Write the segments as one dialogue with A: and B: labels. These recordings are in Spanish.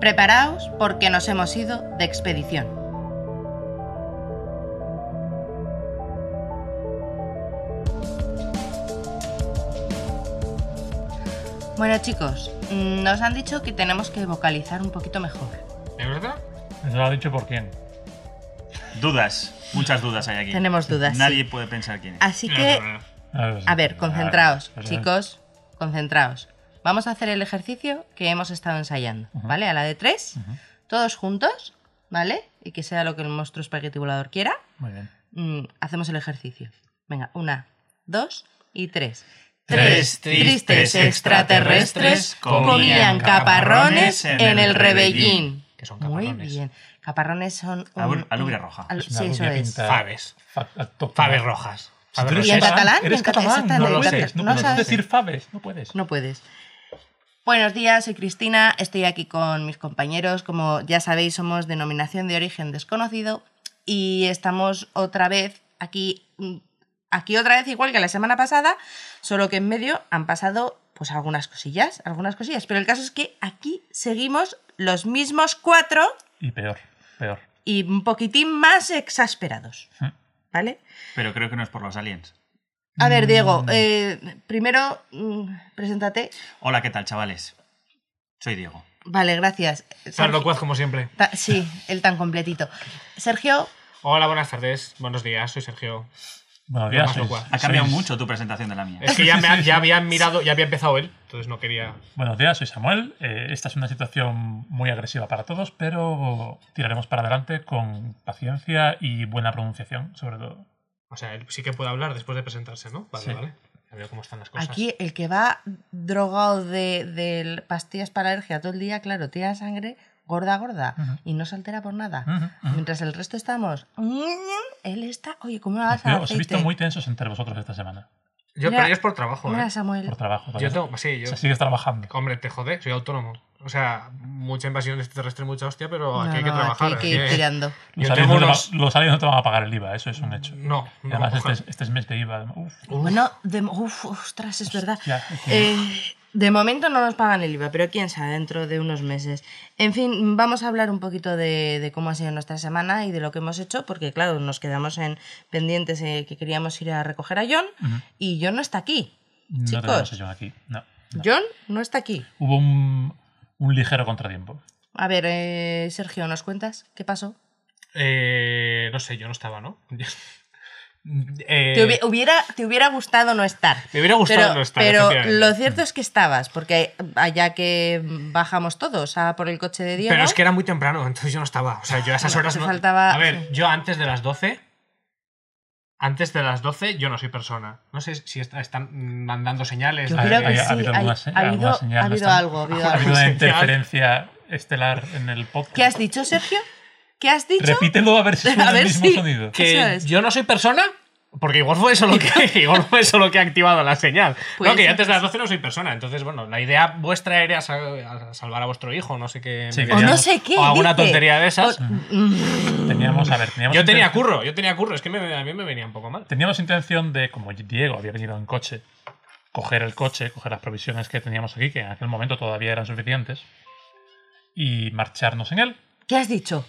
A: Preparaos porque nos hemos ido de expedición. Bueno chicos, mm, nos han dicho que tenemos que vocalizar un poquito mejor.
B: ¿De verdad?
C: Eso lo ha dicho por quién.
D: Dudas, muchas dudas hay aquí.
A: Tenemos dudas,
D: Nadie
A: sí. Ah.
D: puede pensar quién es.
A: Así
B: No,
A: que,
B: no, Ah, no.
A: a ver, concentraos,
C: Eso es.
A: chicos, concentraos. Vamos a hacer el ejercicio que hemos estado ensayando, ¿vale? A la de tres, todos juntos, ¿vale? Y que sea lo que el monstruo espagueti volador quiera.
C: Muy bien.
A: Mm, hacemos el ejercicio. Venga, una, dos y tres.
D: Tres tristes extraterrestres
A: comían
D: comían
A: caparrones
D: caparrones
A: en
D: en
A: el
D: el
A: rebellín.
B: Que son
A: Muy
B: caparrones.
A: bien. Caparrones son... un-
D: Alu- alubia
A: un-
D: roja.
A: al-
C: Es una
A: sí, eso
C: alubia
A: es.
C: pintada.
B: Faves.
C: Fa- a- to-
B: Faves rojas.
C: Si tú
B: Faves
C: eres
A: ¿Y en
B: rojas.
A: catalán?
C: Eres
A: ¿En cata-
C: catalán. No
A: exactamente,
C: lo
A: en cata-
C: eres. No
A: no
C: puedes
A: sabes.
C: decir faves. No puedes.
A: No puedes. Buenos días, soy Cristina, estoy aquí con mis compañeros. Como ya sabéis, somos denominación de origen desconocido y estamos otra vez aquí, mm, aquí otra vez igual que la semana pasada, solo que en medio han pasado pues algunas cosillas, algunas cosillas. Pero el caso es que aquí seguimos los mismos cuatro
C: Y peor. Peor.
A: y un poquitín más exasperados,
C: Mm.
A: ¿vale?
D: Pero creo que no es por los aliens.
A: A ver, Diego,
C: Mm.
A: eh, primero, mm, preséntate.
D: Hola, ¿qué tal, chavales? Soy Diego.
A: Vale, gracias.
B: San
A: Sergio-
B: locuaz como siempre.
A: Ta- sí, el tan completito. Sergio,
B: Hola, buenos tardes. Buenos días, soy Sergio.
C: Buenos
B: Lo
C: días.
B: más
C: sois-
B: locuaz.
D: Ha cambiado
C: sois-
D: mucho tu presentación de la mía.
B: Es que ya, me han- ya habían mirado, ya había empezado él, entonces no quería.
C: Buenos días, soy Samuel. Eh, esta es una situación muy agresiva para todos, pero tiraremos para adelante con paciencia y buena pronunciación, sobre todo.
B: O sea, él sí que puede hablar después de presentarse, ¿no? Vale,
C: Sí.
B: vale. Ya veo cómo están las cosas.
A: aquí el que va drogado de, de pastillas para alergia todo el día, claro, tiene la sangre gorda, gorda,
C: Ujú.
A: y no se altera por nada.
C: Ujú, ujú.
A: Mientras el resto estamos, mm, él está, oye, como una
C: Pero
A: gasa de
C: Os he
A: aceite.
C: visto muy tensos entre vosotros esta semana,
B: Yo,
A: Mira.
B: pero yo es por trabajo, ¿eh?
A: este? Mira, Samuel.
C: por trabajo.
B: Yo
C: todavía.
B: tengo. Sí,
C: O
B: yo.
C: sea, sigues trabajando.
B: Hombre, te jode, soy autónomo. O sea, mucha invasión extraterrestre, mucha hostia, pero
A: No,
B: aquí hay que
A: no,
B: trabajar. ¿eh?
A: aquí hay que ir
B: así que-
A: tirando.
C: Los
B: Yo
C: aliens,
B: tengo
C: no te va-
B: unos-
C: los aliens no te van a pagar el IVA, eso es un hecho.
B: No,
C: Y
B: no.
C: además, este, es- este es mes de IVA. Uf,
B: Uf.
A: Bueno, de, uf, ostras, es verdad.
C: ya,
A: Eh, de momento no nos pagan el IVA, pero quién sabe, dentro de unos meses. En fin, vamos a hablar un poquito de, de cómo ha sido nuestra semana y de lo que hemos hecho, porque claro, nos quedamos en pendientes eh, que queríamos ir a recoger a John
C: Ujú.
A: y John no está aquí.
C: no
A: chicos.
C: tenemos sesión aquí. No, no.
A: John no está aquí.
C: Hubo un, un ligero contratiempo.
A: A ver, eh, Sergio, ¿nos cuentas qué pasó?
B: Eh, no sé, yo no estaba, ¿no? Eh,
A: Te, hubi- hubiera, te hubiera gustado no estar.
B: me hubiera gustado
A: Pero,
B: no estar.
A: pero
B: efectivamente.
A: lo cierto es que estabas, porque allá que bajamos todos a por el coche de Diego.
B: Pero es que era muy temprano, entonces yo no estaba. O sea, yo a esas
A: Bueno,
B: horas
A: te
B: no.
A: faltaba-
B: A ver, yo antes de las 12. Antes de las 12 yo no soy persona. No sé si est- están mandando señales.
A: Yo
B: de-
A: creo que
C: Hay-
A: sí.
C: ha habido
A: hay-
C: alguna
A: ha
C: se-
A: habido-
C: alguna señal,
A: ha
C: ¿no
A: habido
C: están?
A: algo, ha habido
C: Ha habido
A: algo.
C: una
B: Señal.
C: interferencia estelar en el podcast.
A: ¿Qué has dicho, Sergio? ¿Qué has dicho?
C: Repítelo a ver si suena
A: A
C: el
A: ver
C: mismo
A: si-
C: sonido.
A: Eso
B: que
A: es.
B: yo no soy persona. Porque igual fue eso lo que, igual fue eso lo que ha activado la señal.
A: Puede
B: no, que yo
A: ser.
B: antes de las 12 no soy persona. Entonces, bueno, la idea vuestra era sal- a salvar a vuestro hijo, no sé qué.
C: Sí, que
A: O
C: ya
A: no
C: no-
A: sé qué.
B: o alguna
A: dice.
B: tontería de esas.
A: O- Mm,
C: Teníamos, a ver, teníamos
B: Yo tenía
C: inten-
B: curro, yo tenía curro. Es que me- a mí me venía un poco mal.
C: Teníamos intención de, como Diego había venido en coche, coger el coche, coger las provisiones que teníamos aquí, que en aquel momento todavía eran suficientes, y marcharnos en él.
A: ¿Qué has dicho?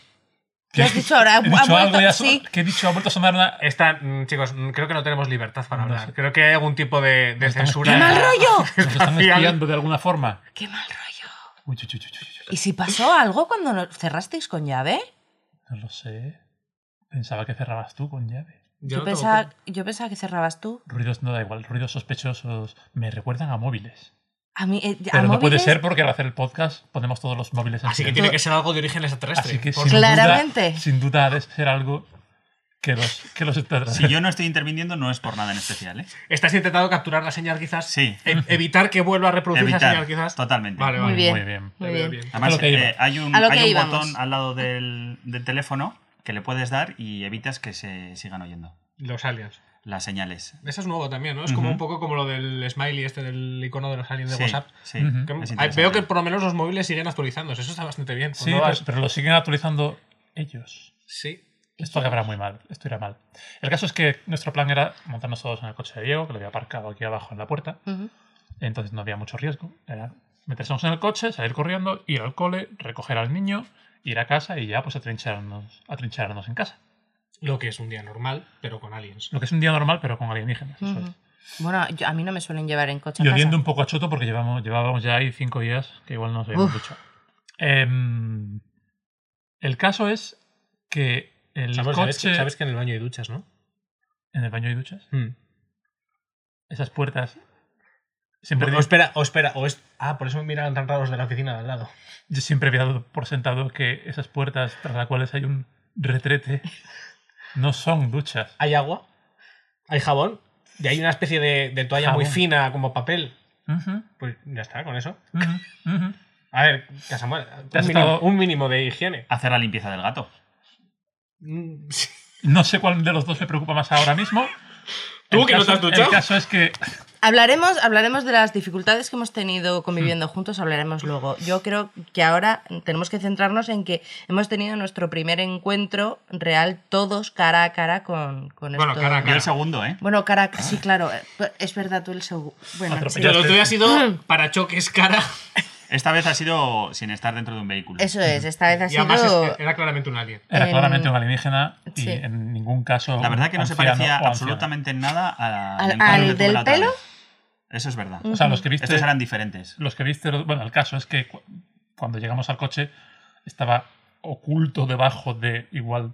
A: ¿Qué has dicho ahora? Ha-
C: He dicho
A: ha
C: algo
A: vuelto-
C: y ha so-
A: sí.
C: que he dicho ha vuelto a sonar una.
B: Esta, mm, chicos, mm, creo que no tenemos libertad para
C: No
B: hablar.
C: sé.
B: Creo que hay algún tipo de, de
C: estamos
B: censura.
A: ¡Qué mal rollo!
C: Nos están
B: Espacial.
C: espiando de alguna forma.
A: ¡Qué mal rollo!
C: Uy, uy, uy, uy, uy, uy.
A: ¿Y si pasó algo cuando nos cerrasteis con llave?
C: No lo sé. Pensaba que cerrabas tú con llave.
A: Yo, pensaba, yo pensaba que cerrabas tú.
C: Ruidos no da igual, ruidos sospechosos me recuerdan a móviles.
A: A mí, eh, a
C: Pero no puede
A: móviles,
C: ser porque al hacer el podcast ponemos todos los móviles en
B: Así que
C: silencio.
B: tiene que ser algo de origen extraterrestre.
C: Así que
B: Por-
C: sin
A: Claramente.
C: Duda, sin duda ha de ser algo que los, que los
D: Si
C: extraterrestres.
D: yo no estoy interviniendo, no es por nada en especial, ¿eh?
B: Estás intentando capturar la señal, quizás.
D: Sí.
B: E- evitar que vuelva a reproducir esa señal,
D: Evitar,
B: quizás.
D: totalmente.
B: Vale,
A: Muy
B: vale.
A: bien.
C: Muy bien.
A: Muy
B: Te
A: bien.
B: veo
C: A
D: Además,
C: lo que iba.
D: eh, hay un,
A: A lo
D: hay
A: que
D: un
A: íbamos.
D: botón al lado del, del teléfono que le puedes dar y evitas que se sigan oyendo
B: Los aliens.
D: las señales.
B: Eso es nuevo también, ¿no? Es como
D: Ujú.
B: un poco como lo del smiley este del icono de los aliens de
D: Sí,
B: WhatsApp.
D: sí,
C: Ujú.
B: Que-
D: es
B: ay,
D: interesante.
B: veo que por lo menos los móviles siguen actualizándose. Eso está bastante bien.
C: Sí, pues,
B: No
C: pero,
B: vas-
C: pero lo siguen actualizando ellos.
B: sí.
C: Esto acabará muy mal, esto irá mal. El caso es que nuestro plan era montarnos todos en el coche de Diego, que lo había aparcado aquí abajo en la puerta.
A: Ujú.
C: Entonces no había mucho riesgo. Era meternos en el coche, salir corriendo, ir al cole, recoger al niño, ir a casa y ya pues atrincherarnos, atrincherarnos en casa.
B: Lo que es un día normal, pero con aliens.
C: Lo que es un día normal, pero con alienígenas. eso es.
A: Ujú. Bueno, yo- a mí no me suelen llevar en coche. a
C: Y
A: casa.
C: oliendo un poco a choto porque llevamos, llevábamos ya ahí cinco días que igual no nos
A: Uf.
C: habíamos duchado. Em, el caso es que el
B: Sabes,
C: coche...
B: sabes que, sabes que en el baño hay duchas, ¿no?
C: ¿En el baño hay duchas?
B: Mm.
C: Esas puertas... Siempre,
B: O espera, o espera, o es... Ah, por eso me miran tan raros de la oficina de al lado.
C: Yo siempre había dado por sentado que esas puertas tras las cuales hay un retrete no son duchas.
B: Hay agua, hay jabón, y hay una especie de, de toalla muy
C: Jabón.
B: fina como papel.
C: Ujú,
B: Pues ya está, con eso.
C: ujú, ujú.
B: A ver, Casamuel,
C: Te has
B: un, mínimo,
C: estado-
B: un mínimo de higiene.
D: Hacer la limpieza del gato.
B: Ah, Mm, sí.
C: No sé cuál de los dos me preocupa más ahora mismo.
B: ¿Tú,
C: El
B: que no te
C: caso-
B: has duchado?
C: El caso es que
A: Hablaremos, hablaremos de las dificultades que hemos tenido
B: Hmm.
A: conviviendo juntos, hablaremos luego. Yo creo que ahora tenemos que centrarnos en que hemos tenido nuestro primer encuentro real todos cara a cara con, con
B: Bueno,
A: esto.
B: cara a
D: Yo
B: cara.
D: el segundo, ¿eh?
A: Bueno, cara a cara, sí, claro. eh, Es verdad, tú el segundo. Bueno, sí.
C: Atropellado.
B: El otro día ha sido para choques cara.
D: Esta vez ha sido sin estar dentro de un vehículo.
A: eso es, esta vez ha
B: Y además
A: sido...
B: es- eh, era claramente un alien.
C: era
A: En-
C: claramente un alienígena y
A: sí.
C: en ningún caso.
D: La verdad que no se
C: anciano
D: parecía
C: o anciana.
D: absolutamente en nada a-
A: Al-
D: al encuentro
A: al
D: que tuve
A: del
D: la otra
A: pelo.
D: vez. Eso es verdad.
C: O sea, los que viste.
D: Estos eran diferentes.
C: Los que viste. Bueno, el caso es que cu- cuando llegamos al coche estaba oculto debajo de igual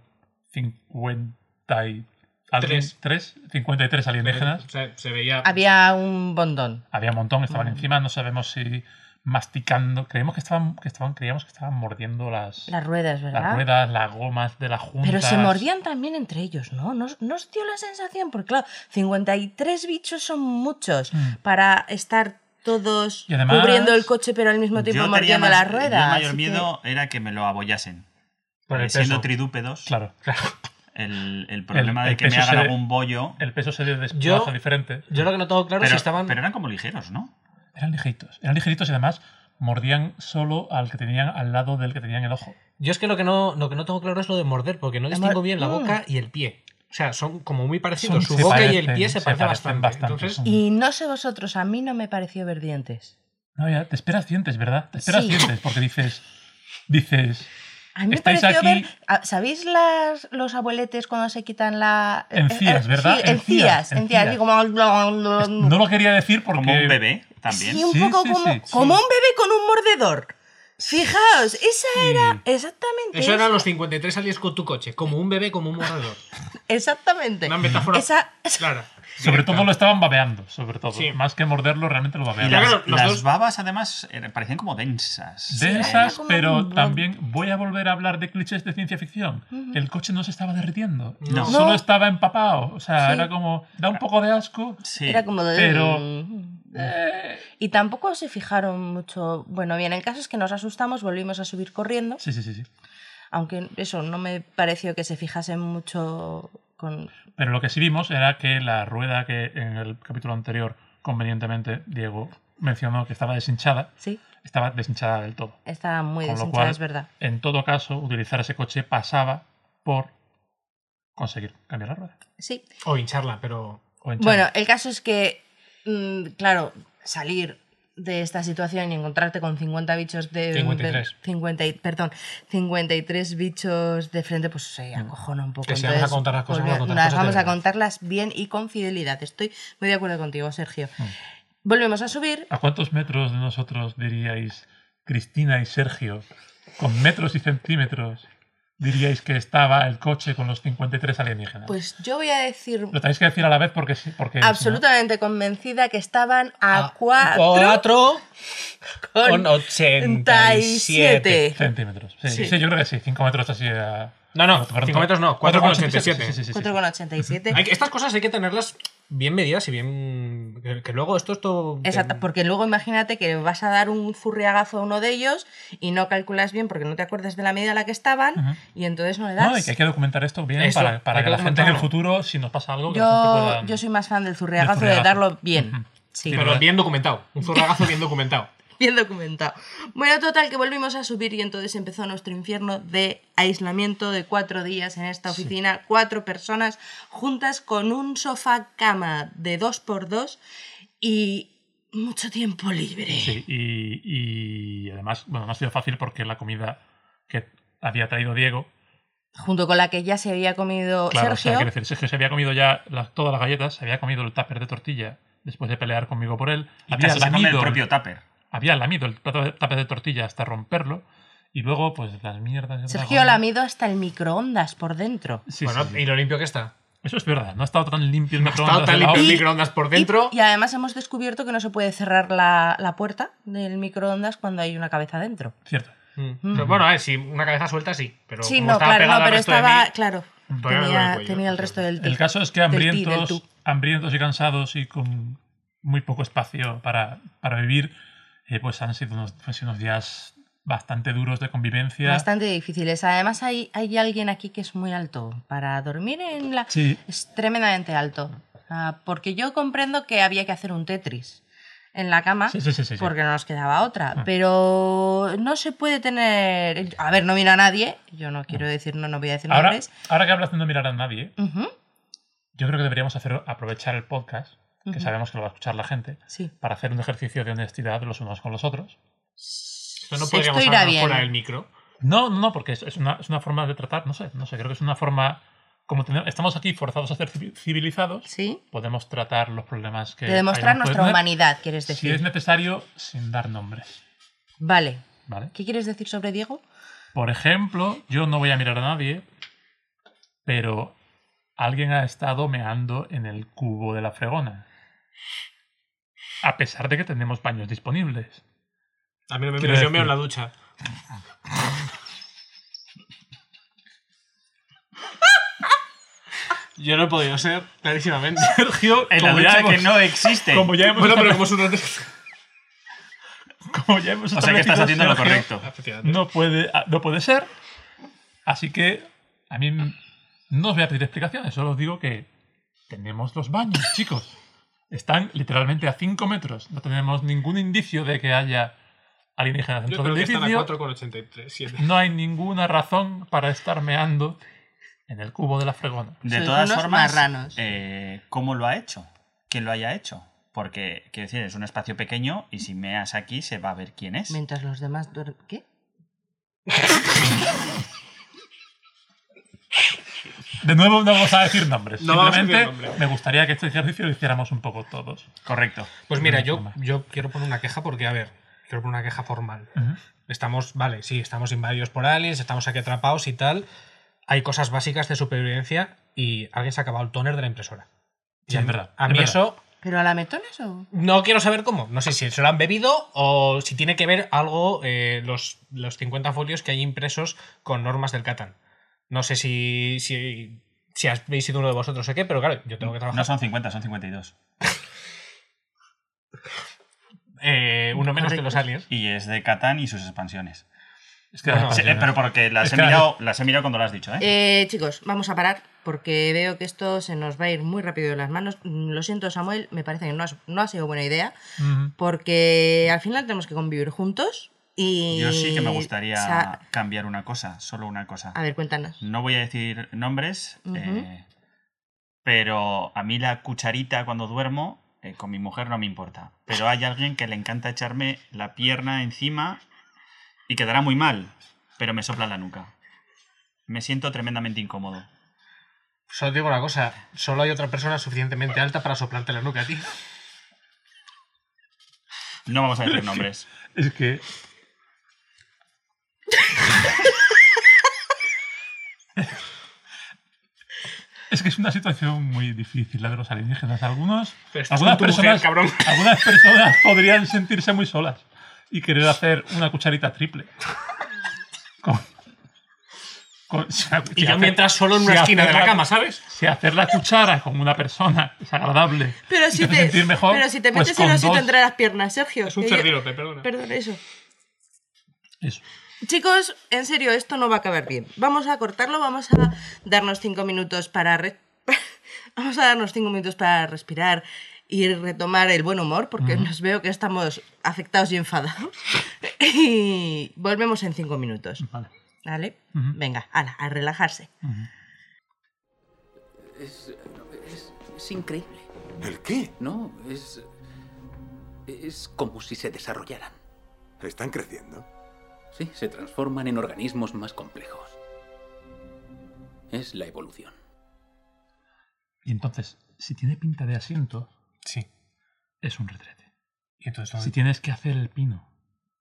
C: 50 y. alguien-
B: Tres.
C: tres, 53 alienígenas.
B: O sea, se veía.
A: Había un bondón.
C: Había un montón, estaban
A: Ujú.
C: encima, no sabemos si masticando. Creemos que estaban, que estaban, creíamos que estaban mordiendo las,
A: Las ruedas, ¿verdad?
C: las ruedas, las gomas de las juntas.
A: Pero se mordían también entre ellos, ¿no? Nos, nos dio la sensación, porque claro, 53 bichos son muchos
C: Mm.
A: para estar todos
C: Y además-
A: cubriendo el coche, pero al mismo
D: Yo
A: tiempo
D: tenía
A: mordiendo
D: más-
A: las
D: yo el
A: ruedas. así
D: mayor
A: que-
D: miedo era que me lo abollasen.
B: Por el
D: Eh, Siendo
B: peso.
D: tridúpedos,
C: Claro, claro.
D: el, el problema
C: El- el
D: de que me
C: peso
D: hagan
C: se-
D: algún bollo.
C: El peso se dio de desplaza diferente.
B: Yo lo que no tengo claro es si
D: Pero,
B: estaban.
D: pero eran como ligeros, ¿no?
C: Eran ligeritos. Eran ligeritos y además mordían solo al que tenían al lado del que tenían el ojo.
B: Yo es que lo que no, lo que no tengo claro es lo de morder, porque no
A: La
B: distingo
A: mor-
B: bien la
A: Mm.
B: boca y el pie. O sea, son como muy
C: Son-
B: parecidos. Su
C: se
B: boca y el
C: parecen-
B: pie se,
C: se
B: parecen
C: parecen
B: bastante.
C: bastante,
B: Entonces,
C: son-
A: Y no sé vosotros, a mí no me pareció ver dientes.
C: No, ya, te esperas dientes, ¿verdad? Te esperas
A: Sí.
C: dientes porque dices. Dices.
A: A mí me
C: Estáis
A: pareció
C: aquí-
A: ver. a- ¿Sabéis las, los abueletes cuando se quitan la. eh,
C: Encías,
A: eh,
C: ¿verdad?
A: Sí,
C: Encías,
A: encías, encías.
C: encías.
A: así como-
C: es- No lo quería decir porque.
D: Como un bebé también.
A: Sí, un
C: Sí,
A: poco
C: sí,
A: como,
C: sí, sí.
A: como un bebé con un mordedor. Fijaos, esa era exactamente
B: eso
A: esa.
B: eran los 53 aliens con tu coche, como un bebé, como un morador.
A: Exactamente.
B: Una metáfora
A: Esa,
B: clara.
C: Sobre todo lo estaban babeando, sobre todo.
B: Sí.
C: Más que morderlo, realmente lo
D: Y
C: babeaban.
B: Ya,
D: las,
B: claro, los
D: las
B: dos-
D: babas, además, eran- parecían como densas.
A: era
C: densas,
A: como
C: pero
A: un-
C: también voy a volver a hablar de clichés de ciencia ficción. El coche no se estaba derritiendo,
B: No.
C: solo
A: No.
C: estaba empapado. O sea,
A: Sí.
C: era como, da un poco de asco.
D: Sí.
A: era como de...
C: Pero-
A: Eh, Y tampoco se fijaron mucho. Bueno, bien, el caso es que nos asustamos, volvimos a subir corriendo,
C: Sí, sí, sí, sí.
A: aunque eso no me pareció que se fijasen mucho con...
C: Pero lo que sí vimos era que la rueda que en el capítulo anterior, convenientemente, Diego mencionó que estaba deshinchada,
A: Sí,
C: estaba deshinchada del todo.
A: estaban muy
C: Con lo
A: deshinchadas,
C: cual-
A: es verdad.
C: En todo caso, utilizar ese coche pasaba por conseguir cambiar la rueda.
A: Sí.
B: O hincharla, pero.
C: o hincharla.
A: Bueno, el caso es que, mm, claro, salir de esta situación y encontrarte con 50 bichos de...
B: 53.
A: de- 50 y- perdón, 53 bichos de frente, pues se acojona un poco.
B: Mm. Que si vamos a
A: Entonces,
B: contar las cosas, vamos a contar
A: volve-
B: las
A: las
B: cosas de
A: vamos a
B: verdad.
A: contarlas bien y con fidelidad. Estoy muy de acuerdo contigo, Sergio.
B: Mm.
A: Volvemos a subir.
C: ¿A cuántos metros de nosotros diríais Cristina y Sergio, con metros y centímetros, diríais que estaba el coche con los 53 alienígenas?
A: Pues yo voy a decir
C: Lo tenéis que decir a la vez porque sí. Porque si no-
A: absolutamente convencida que estaban a,
B: Ah,
A: cuatro
B: cuatro
A: con
B: con 87.
A: 87.
C: Centímetros. Sí,
A: Sí.
C: sí, yo creo que sí. 5 metros así. a-
B: No, no,
C: pronto.
B: 5 metros no, 4 con 87.
C: 4,87, Sí, sí, sí. sí.
A: 4,87.
B: Hay que- estas cosas hay que tenerlas bien medidas y bien. Que, que luego esto es todo.
A: Exacto, porque luego imagínate que vas a dar un zurriagazo a uno de ellos y no calculas bien porque no te acuerdas de la medida a la que estaban
C: Ujú.
A: y entonces no le das.
C: No, y que hay que documentar esto bien
B: Eso,
C: para, para
B: hay
C: que,
B: que
C: la gente en el
B: documentarlo.
C: futuro, si nos pasa algo, que la gente
A: yo,
C: pueda-
A: yo soy más fan del zurriagazo, de
C: zurriagazo.
A: darlo bien.
C: Ujú.
A: Sí,
C: Pero-
B: Pero bien documentado. Un zurragazo bien documentado.
A: bien documentado. Bueno, total, que volvimos a subir y entonces empezó nuestro infierno de aislamiento de cuatro días en esta oficina. Cuatro personas juntas con un sofá-cama de dos por dos y Mucho tiempo libre.
C: Sí, y, y además, bueno, no ha sido fácil porque la comida que había traído Diego,
A: Junto con la que ya se había comido
C: claro, o sea,
A: Sergio.
C: quiero decir, Sergio se había comido ya las- todas las galletas, se había comido el tupper de tortilla después de pelear conmigo por él,
D: Y
C: había
D: casi se come el
C: lamido,
D: propio tupper.
C: había lamido el plato de- tupper de tortilla hasta romperlo, y luego, pues las mierdas. de
A: Sergio
C: dragón.
A: lamido hasta el microondas por dentro.
C: Sí,
B: bueno,
C: sí, sí.
B: y lo limpio que está.
C: Eso es verdad, no ha estado tan limpio el
B: Ha estado
C: microondas
B: tan
C: de la
B: limpio el
C: olla.
A: Y-
B: microondas por dentro.
A: Y, y además hemos descubierto que no se puede cerrar la, la puerta del microondas cuando hay una cabeza dentro.
C: Cierto.
B: Mm. Pero bueno, a ver, si una cabeza suelta, sí. Pero
A: sí,
B: como
A: no,
B: estaba
A: claro,
B: pegada
A: no,
B: al
A: pero
B: resto de
A: estaba,
B: mí,
A: claro,
B: todavía me duele
A: tenía,
B: el cuello,
A: tenía el
B: o sea.
A: resto del
C: El
A: tic.
C: caso es que
A: Del ti, del
C: hambrientos,
A: tú.
C: hambrientos y cansados y con muy poco espacio para, para vivir, eh, pues han sido unos, han sido unos días bastante duros de convivencia.
A: Bastante difíciles. Además hay, hay alguien aquí que es muy alto para dormir en la...
C: Sí,
A: Es tremendamente alto. Ah, porque yo comprendo que había que hacer un Tetris en la cama.
C: sí, sí, sí, Mm. sí, sí.
A: porque no nos quedaba otra. Pero no se puede tener. A ver, no miro a nadie. Yo no quiero decir, no, no voy a decir
C: Mm. Ahora,
A: nombres.
C: ahora que hablas de no mirar a nadie,
A: Ujú,
C: yo creo que deberíamos hacer, aprovechar el podcast, que
A: Ujú.
C: sabemos que lo va a escuchar la gente,
A: Sí.
C: para hacer un ejercicio de honestidad los unos con los otros.
B: Esto no
A: Esto
B: podríamos
A: irá
B: hablar
A: bien.
B: fuera del micro.
C: No, no, no, porque es, es una, es una forma de tratar, no sé, no sé, creo que es una forma, como tener- estamos aquí forzados a ser civi- civilizados,
A: Sí.
C: podemos tratar los problemas que...
A: De demostrar
C: hayamos
A: nuestra
C: podido tener,
A: humanidad, quieres
C: Si
A: decir.
C: es necesario, sin dar nombres,
A: Vale.
C: ¿vale?
A: ¿Qué quieres decir sobre Diego?
C: Por ejemplo, yo no voy a mirar a nadie, pero alguien ha estado meando en el cubo de la fregona. A pesar de que tenemos baños disponibles.
B: A mí no me
C: Quiero
B: miro, yo meo
C: decir-
B: en la ducha. Yo no he podido ser, clarísimamente.
C: Sergio,
D: En la
C: como,
D: ducha
C: ya hemos,
D: que no existe.
C: como ya hemos
B: bueno, pero como
C: establecido-
B: es un
C: como ya hemos
D: O sea que estás
C: establecido,
D: haciendo lo
C: Sergio
D: correcto.
C: No puede, ah, no puede ser. Así que a mí m- no os voy a pedir explicaciones, solo os digo que tenemos los baños, chicos. Están literalmente a 5 metros. No tenemos ningún indicio de que haya alienígenas
B: Yo
C: dentro
B: creo
C: del
B: que están a
C: edificio.
B: 4,83. siete.
C: no hay ninguna razón para estar meando en el cubo de la fregona.
D: De
A: Sois
D: todas
A: unos
D: formas,
A: marranos.
D: eh, ¿cómo lo ha hecho? ¿Quién lo haya hecho? Porque, quiero decir, es un espacio pequeño y si meas aquí se va a ver quién es.
A: Mientras los demás duermen. ¿Qué?
C: De nuevo no vamos a decir nombres.
B: No vamos a decir
C: Simplemente
B: nombres.
C: me gustaría que este ejercicio lo hiciéramos un poco todos.
D: Correcto.
B: Pues mira, yo,
C: Toma.
B: yo quiero poner una queja porque, a ver, quiero poner una queja formal.
C: Ujú.
B: Estamos, vale, sí, estamos invadidos por aliens, estamos aquí atrapados y tal. Hay cosas básicas de supervivencia y alguien se ha acabado el toner de la impresora.
C: Sí,
B: Y a-
C: es verdad,
B: A
C: es
B: mí
C: verdad.
B: eso
A: ¿Pero a lametones o.?
B: No quiero saber cómo. No sé si se lo han bebido o si tiene que ver algo eh, los, los 50 folios que hay impresos con normas del Catán. No sé si, si, si habéis sido uno de vosotros o qué, pero claro, yo tengo que trabajar.
D: No son 50, son 52.
B: Eh, uno menos que los aliens.
D: Y es de Catán y sus expansiones.
C: Es que
B: Bueno,
C: además-
D: Sí, eh, pero porque
C: Ah,
D: las
C: Es
D: he,
C: que-
D: mirado, las he mirado cuando lo has dicho, ¿eh?
A: Eh, chicos, vamos a parar porque veo que esto se nos va a ir muy rápido de las manos. Mm, Lo siento, Samuel, me parece que no, has- no ha sido buena idea
C: Ujú.
A: porque al final tenemos que convivir juntos y.
D: Yo sí que me gustaría
A: Eh, Sa-
D: cambiar una cosa, solo una cosa.
A: A ver, cuéntanos.
D: No voy a decir nombres,
A: Ujú.
D: eh, pero a mí la cucharita cuando duermo eh, con mi mujer no me importa. Pero hay alguien que le encanta echarme la pierna encima y quedará muy mal, pero me sopla en la nuca. Me siento tremendamente incómodo.
B: Solo te digo una cosa: solo hay otra persona suficientemente alta para soplarte la nuca a ti.
D: No vamos a decir nombres.
C: Es que. es que es una situación muy difícil la de los alienígenas. Algunos.
B: Pero estás
C: Algunas
B: con tu mujer,
C: personas,
B: cabrón.
C: algunas personas podrían sentirse muy solas y querer hacer una cucharita triple. Con- con- si ha-
B: Y
C: si
B: yo
C: hacer-
B: mientras solo en una
C: si
B: esquina de
C: hacer
B: la cama, ¿sabes?
C: Si hacer la cuchara con una persona es agradable. y te hace sentir mejor, pues con dos-
A: las piernas, Sergio.
B: Es un cerdilote, perdona.
A: Perdón, eso.
C: Eso.
A: Chicos, en serio, esto no va a acabar bien. Vamos a cortarlo, vamos a darnos cinco minutos para re- vamos a darnos cinco minutos para respirar y retomar el buen humor, porque nos veo que estamos afectados y enfadados. y volvemos en cinco minutos.
C: Vale.
A: ¿Vale?
C: Ujú.
A: Venga, ala, a relajarse.
E: Es, es, es increíble.
F: ¿El qué?
E: No, es... Es como si se desarrollaran.
F: ¿Están creciendo?
E: Sí, se transforman en organismos más complejos. Es la evolución.
C: Y entonces, si tiene pinta de asiento,
B: Sí.
C: es un retrete.
B: Y entonces, ¿dónde,
C: Si tienes que hacer el pino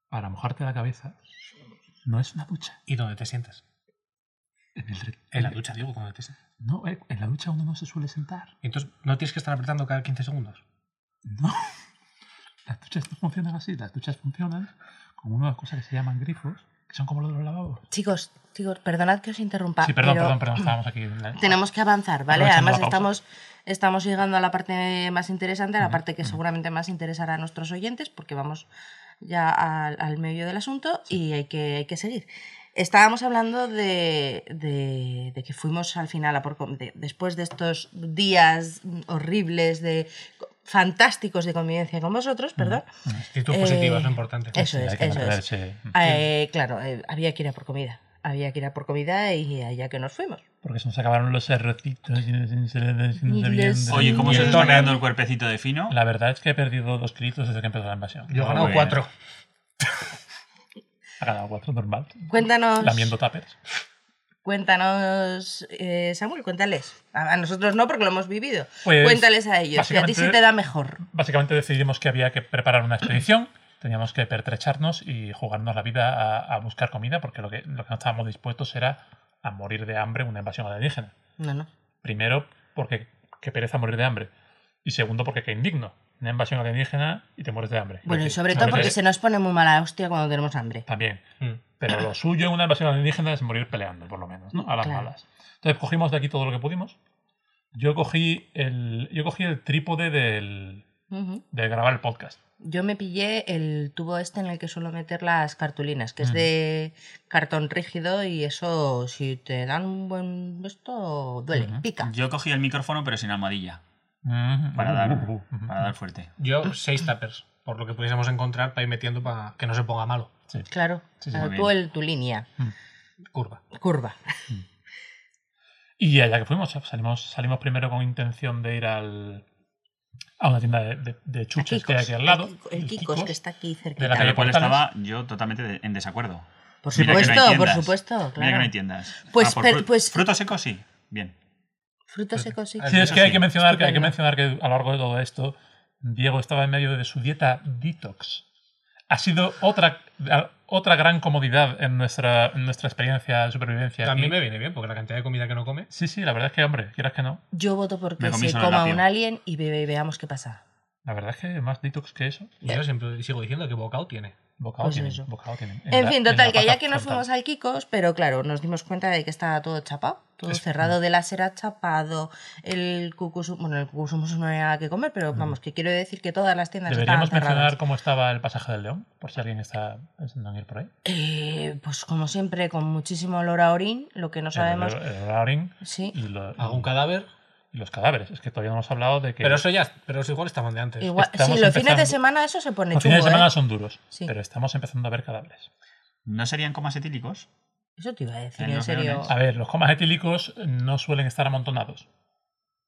C: para mojarte la cabeza, no es una ducha.
B: ¿y dónde te sientas?
C: En, el re-
B: En la ducha, digo, ¿dónde te sientas?
C: No, eh, en la ducha uno no se suele sentar.
B: Y entonces, ¿no tienes que estar apretando cada 15 segundos?
C: No. Las duchas no funcionan así. Las duchas funcionan con una cosa que se llaman grifos, que son como los de los lavabos.
A: Chicos, chicos, perdonad que os interrumpa.
C: Sí, perdón,
A: Ah, pero
C: perdón, perdón. Estábamos aquí. en la-
A: Tenemos que avanzar, ¿vale?
C: Aprovechando
A: Además
C: la pausa.
A: estamos, estamos llegando a la parte más interesante, a la
C: Ujú,
A: parte que
C: ujú.
A: seguramente más interesará a nuestros oyentes, porque vamos ya al, al medio del asunto y hay que, hay que seguir. Estábamos hablando de, de- de que fuimos al final, a por com- de- después de estos días horribles, de fantásticos de convivencia con vosotros, perdón.
B: Actitud
A: Eh,
B: positiva es lo importante.
A: Eso
C: Sí,
A: es,
C: hay que
A: eso es.
C: mantenerse-
A: Eh, claro, eh, había que ir a por comida. Había que ir a por comida y allá que nos fuimos.
C: Porque se nos acabaron los errocitos y no se- no se- no se- no se veían de-
D: Oye, ¿cómo
B: Y
D: se
B: el
D: te está
B: tóner.
D: quedando el cuerpecito de fino?
C: La verdad es que he perdido dos kilitos desde que empezó la invasión.
B: Yo he
D: Ah,
B: ganado
D: bueno.
B: cuatro.
C: Ha ganado cuatro, normal.
A: Cuéntanos.
C: Lamiendo tapers.
A: Cuéntanos, eh, Samuel, cuéntales. A, a nosotros no, porque lo hemos vivido.
C: Pues,
A: cuéntales a ellos, que a ti
C: básicamente-
A: sí te da mejor.
C: Básicamente decidimos que había que preparar una expedición. Teníamos que pertrecharnos y jugarnos la vida a, a buscar comida porque lo que, lo que no estábamos dispuestos era a morir de hambre en una invasión alienígena.
A: No, no.
C: Pues Primero, porque qué pereza morir de hambre. Y segundo, porque qué indigno. Una invasión alienígena y te mueres de hambre.
A: Bueno, y
C: Es decir,
A: sobre todo
C: mueres
A: porque
C: de-
A: se nos pone muy mala hostia cuando tenemos hambre.
C: También.
B: Mm.
C: Pero lo suyo en una invasión alienígena es morir peleando, por lo menos, ¿no? A las
A: Claro.
C: malas. Entonces cogimos de aquí todo lo que pudimos. Yo cogí el, yo cogí el trípode del,
A: Ujú.
C: de grabar el podcast.
A: Yo me pillé el tubo este en el que suelo meter las cartulinas, que es
C: Mm.
A: de cartón rígido y eso, si te dan un buen... Esto duele,
C: Ujú.
A: pica.
D: Yo cogí el micrófono, pero sin almohadilla. Para
C: Para
D: dar, para dar fuerte.
B: Yo seis tappers, por lo que pudiésemos encontrar para ir metiendo para que no se ponga malo.
A: Claro,
C: Sí, sí,
A: claro,
D: muy
A: tú
D: bien.
A: el- tu línea,
B: Curva.
A: curva.
C: Y allá que fuimos, salimos, salimos primero con intención de ir al, a una tienda de, de- este de
A: A Kikos,
C: chuches que hay aquí al lado.
A: El, Kiko- el Kikos, que está aquí cerquita.
C: de la
D: Con lo cual
C: Portales.
D: estaba yo totalmente de- en desacuerdo.
A: Por
D: Mira que no hay
A: supuesto, por
D: tiendas.
A: supuesto,
D: Mira que
A: claro.
D: no hay tiendas. Ah,
A: Pues,
D: por
A: pero-
D: fru-
A: pues-
D: Frutos secos sí. Bien.
A: Frutos secos sí.
C: Sí, es que hay que mencionar que hay que
A: Estupendo.
C: mencionar que a lo largo de todo esto, Diego estaba en medio de su dieta detox. Ha sido otra, otra gran comodidad en nuestra, en nuestra experiencia de supervivencia.
B: También
C: aquí.
B: me viene bien, porque la cantidad de comida que no come.
C: Sí, sí, la verdad es que, hombre, quieras que no.
A: Yo voto porque
D: Me comí
A: se
D: solo el
A: coma
D: apio.
A: un alien y ve- ve- veamos qué pasa.
C: La verdad es que más detox que eso,
B: Y yo siempre sigo diciendo que bocado tiene.
C: bocado
A: Pues
C: tienen.
A: eso.
C: bocado tienen.
A: En,
C: la-
A: fin,
C: la
A: total, que
C: pata
A: allá que nos
C: frontal.
A: fuimos al Kikos, pero claro, nos dimos cuenta de que estaba todo chapado, todo
C: Es-
A: cerrado de lásera, chapado, el cucusum, bueno, el cucusumus no había nada que comer, pero vamos, que quiero decir que todas las tiendas estaban
C: Mm. Deberíamos mencionar
A: cerradas.
C: cómo estaba el pasaje del león, por si alguien está pensando en ir por ahí.
A: Eh, pues como siempre, con muchísimo olor a orín, lo que no sabemos...
C: El, el, el Roaring
A: Sí,
C: y, lo-
B: Algún cadáver.
C: y los cadáveres. Es que todavía no hemos hablado de que
B: Pero eso ya, pero eso igual estaban de antes.
A: igual, sí, los
C: estamos
A: fines de
C: empezando.
A: semana eso se pone
C: los
A: chungo,
C: fines de semana
A: ¿eh?
C: son duros,
A: Sí.
C: pero estamos empezando a ver cadáveres.
D: ¿No serían comas etílicos?
A: Eso te iba a decir,
D: En
A: en
D: los
A: serio.
D: leones.
C: A ver, los comas etílicos no suelen estar amontonados.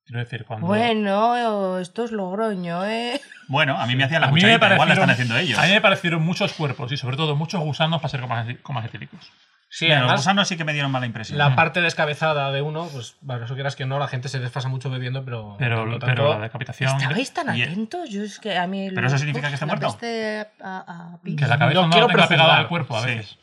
C: Quiero decir, cuando.
A: Bueno, esto es Logroño, ¿eh?
D: Bueno, a mí me hacían la
C: a mí,
D: cucharita.
C: me
D: Igual la
C: parecieron,
D: están haciendo ellos.
C: a mí me parecieron muchos cuerpos y sobre todo muchos gusanos para ser comas, eti- comas etílicos.
B: Sí,
D: Mira, los
B: además,
D: gusanos sí que me dieron mala impresión.
B: la parte descabezada de uno, pues, para eso quieras que no, la gente se desfasa mucho bebiendo, pero.
C: Pero,
B: tanto,
C: pero
B: tanto,
C: la decapitación.
A: ¿Estabais tan
D: y-
A: atentos? Yo es que a mí...
D: ¿Pero eso significa que está
A: la
D: muerto?
A: peste a- a- a pis.
C: Que la cabeza
B: No
C: no,
B: quiero
C: la tenga pegada
B: prejuzgar.
C: al cuerpo a
D: Sí.
C: veces.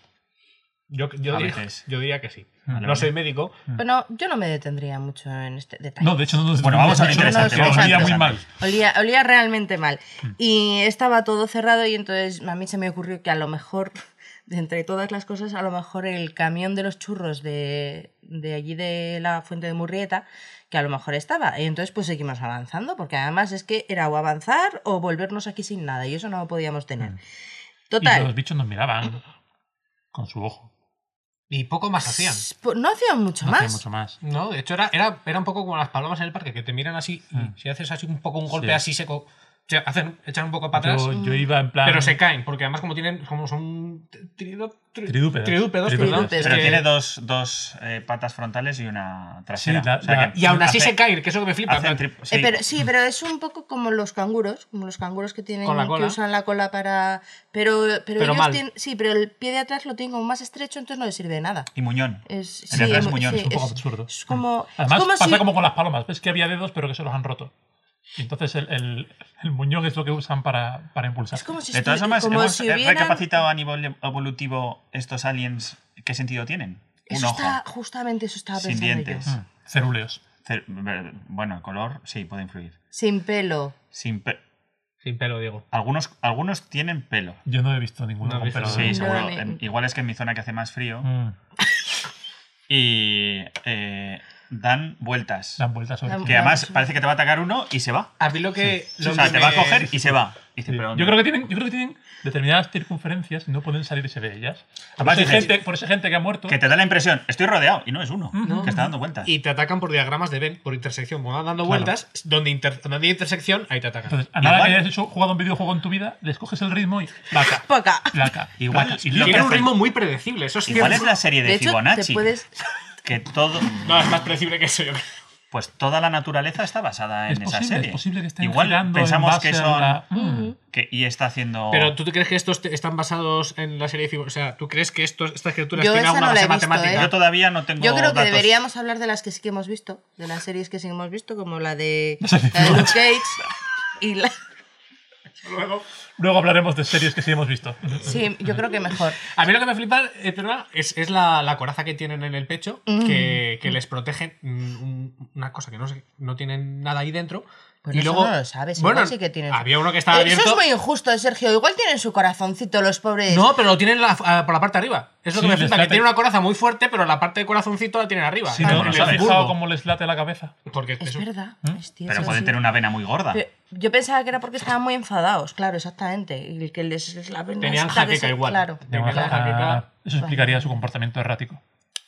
B: yo, yo
D: A
B: diría,
D: veces.
B: yo diría que sí.
C: Vale,
B: No
D: vale.
B: soy médico.
A: Bueno, yo no me detendría mucho en este detalle.
C: No, de hecho, no nos
D: Bueno, vamos a lo
C: de hecho,
D: interesante,
C: nos
A: vamos a lo
C: olía muy mal.
D: interesante.
A: Olía, olía realmente mal. Y estaba todo cerrado y entonces a mí se me ocurrió que a lo mejor, de entre todas las cosas, a lo mejor el camión de los churros de, de allí de la fuente de Murrieta, que a lo mejor estaba. Y entonces pues seguimos avanzando, porque además es que era o avanzar o volvernos aquí sin nada y eso no lo podíamos tener.
C: Mm. Y los
A: Total.
C: bichos nos miraban con su ojo.
B: Y poco más hacían.
A: pues, No hacían mucho
C: No hacía
A: más.
C: mucho más.
B: No,
D: Ah.
B: de hecho era, era, era un poco como las palomas en el parque, que te miran así y si haces así un poco un golpe
C: Sí.
B: así seco, se hacen, echan un poco para atrás,
C: Yo, yo iba en plan.
B: pero se caen, porque además como tienen, como son tri- trido- tri- tridúpedos,
C: Tridúpedos. Tridúpedos.
B: perdón,
D: Pero
B: que-
D: tiene dos, dos eh, patas frontales y una trasera.
C: Sí, la-
D: O sea
C: la-
D: que
B: y aún así
D: hace-
B: se caen, que eso que me flipa.
D: hacen
B: en plan,
D: tri- sí.
A: Eh, pero, sí, pero es un poco como los canguros, como los canguros que tienen
B: Con la
A: que
B: cola.
A: usan la cola para. Pero, pero,
B: Pero
A: ellos
B: mal.
A: tienen. Sí, pero el pie de atrás lo tienen como más estrecho, entonces no les sirve de nada.
D: Y Muñón.
A: Es,
D: El de atrás
A: mu-
D: muñón, es
C: un poco
A: es-
C: absurdo. Mm.
A: Es como.
C: Además,
A: es como
C: pasa
A: si-
C: como con las palomas. Ves que había dedos, pero que se los han roto. Y entonces el, el, el muñón es lo que usan para, para impulsar.
A: es como si
D: De todas
A: estu-
D: formas,
A: como
D: hemos
A: si
D: eh,
A: hubieran-
D: recapacitado a nivel evolutivo estos aliens. ¿Qué sentido tienen? Un
A: Eso
D: ojo.
A: está, justamente eso estaba
D: Sin
A: pensando
D: dientes.
A: yo.
C: Mm, Cerúleos.
D: Cer- ver- Bueno, el color sí puede influir.
A: Sin pelo.
D: Sin pe-
B: Sin pelo, digo.
D: algunos, algunos tienen pelo.
C: Yo no he visto ninguno
B: No
C: con
B: he visto
C: pelo. ¿eh?
D: Sí,
A: No,
D: seguro.
A: ni-
D: En- igual es que en mi zona que hace más frío.
C: Mm,
D: Y eh, dan vueltas.
C: dan vueltas sobre
A: Dan-
C: ti.
D: Que además
A: Vale.
D: parece que te va a atacar uno y se va.
B: A mí lo que... lo
D: o sea,
B: que
D: te va a
B: me-
D: coger y se va. Y dice,
C: Sí.
D: pero
C: Yo creo, que tienen, yo creo que tienen determinadas circunferencias y no pueden salirse de ellas. Por,
D: Además,
C: esa
D: dices-
C: gente, por esa gente que ha muerto.
D: que te da la impresión, estoy rodeado. Y no es uno, que está dando vueltas.
B: Y te atacan por diagramas de Venn, por intersección. Como van dando
C: Claro.
B: vueltas, donde, inter- donde hay intersección, ahí te atacan.
C: Entonces, a nada
D: Igual-
C: que hayas hecho, jugado un videojuego en tu vida, les coges el ritmo y placa,
A: Poca.
C: placa.
D: Igual-
C: placa, y
D: lo
C: listo.
B: Tiene un
D: hacen-
B: ritmo muy predecible, eso es
D: Igual es
B: cierto.
D: la serie de,
A: De hecho, te
D: Fibonacci.
A: puedes.
D: Que todo.
B: No, es más predecible que eso, yo creo.
D: Pues toda la naturaleza está basada en
C: Es
D: esa
C: posible,
D: serie.
C: es posible que estén
D: Igual
C: girando en
D: pensamos
C: base
D: que
C: a
D: son.
C: la- Mm.
D: que- y está haciendo.
B: Pero tú te crees que estos te- están basados en la serie de Fibonacci. O sea, tú crees que estos, estas criaturas
A: Yo
B: tienen
A: esa
B: alguna
A: no la
B: base
A: he visto,
B: matemática.
A: ¿eh?
D: Yo todavía no tengo.
A: Yo creo que
D: datos.
A: deberíamos hablar de las que sí que hemos visto, de las series que sí hemos visto, como la de,
C: No sé,
A: la de Luke Cage y la.
B: Luego-
C: Luego hablaremos de series que sí hemos visto.
A: Sí, yo creo que mejor.
B: A mí lo que me flipa eh, perdona, es, es la, la coraza que tienen en el pecho, que, que les protege mm, un- una cosa que no, sé, no tienen nada ahí dentro.
A: Pues
B: y
A: eso
B: luego,
A: no lo sabes, igual
B: bueno,
A: sí que tienen-
B: Había uno que estaba
A: Eh, Eso
B: abierto.
A: es muy injusto, Sergio. Igual tienen su corazoncito los pobres.
B: No, pero lo tienen la- a- por la parte de arriba. Es lo que
C: Sí,
B: me
C: les
B: flipa, que
C: late.
B: tiene una coraza muy fuerte, pero la parte de corazoncito la tienen arriba.
C: Si
B: en
C: no,
D: no
B: el
C: ¿os
D: sabes.
C: habéis
B: bulbo.
C: fijado cómo les late la cabeza.
B: Porque
A: Es
B: eso-
A: verdad.
B: ¿Mm?
A: hostia,
D: Pero
A: eso
D: pueden
A: sí.
D: tener una vena muy gorda.
A: Pero Yo pensaba que era porque estaban muy enfadados, claro, exactamente. Y que les, les la venga
B: Tenían
A: esta que
B: jaqueca
A: se-
B: igual.
A: Claro.
B: Tenían
C: Ah,
B: jaqueca.
C: Eso explicaría su comportamiento errático.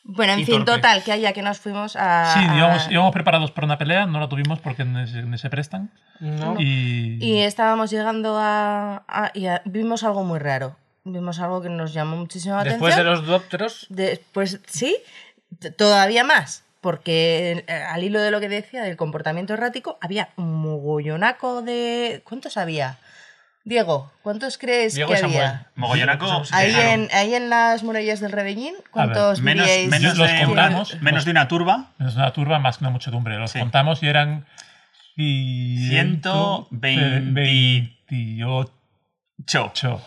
A: Bueno,
B: Y
A: en fin,
B: torpe.
A: total, que haya que nos fuimos a.
D: Ah,
C: Sí,
A: a-
C: íbamos, íbamos preparados para una pelea, no la tuvimos porque ni se, ni se prestan.
B: No.
C: Y,
A: Y estábamos llegando a, a- y a- Vimos algo muy raro. Vimos algo que nos llamó muchísimo la
B: Después de
A: atención.
B: los dópteros,
A: Después, pues sí, t- todavía más. Porque eh, al hilo de lo que decía del comportamiento errático, había un mogollonaco de. ¿Cuántos había? Diego, ¿cuántos crees
B: Diego
A: que
B: y Samuel.
A: había?
D: Mogollonaco.
B: Sí,
A: Ahí
B: claro.
A: en, ahí en las murallas del Rebellín, ¿cuántos
D: Menos,
A: diríais?
D: menos,
C: Los
D: de,
C: contamos.
D: menos de una turba.
C: es una turba más que una muchedumbre. Los
D: Sí.
C: contamos y eran. ciento-
D: 128.
C: veintiocho.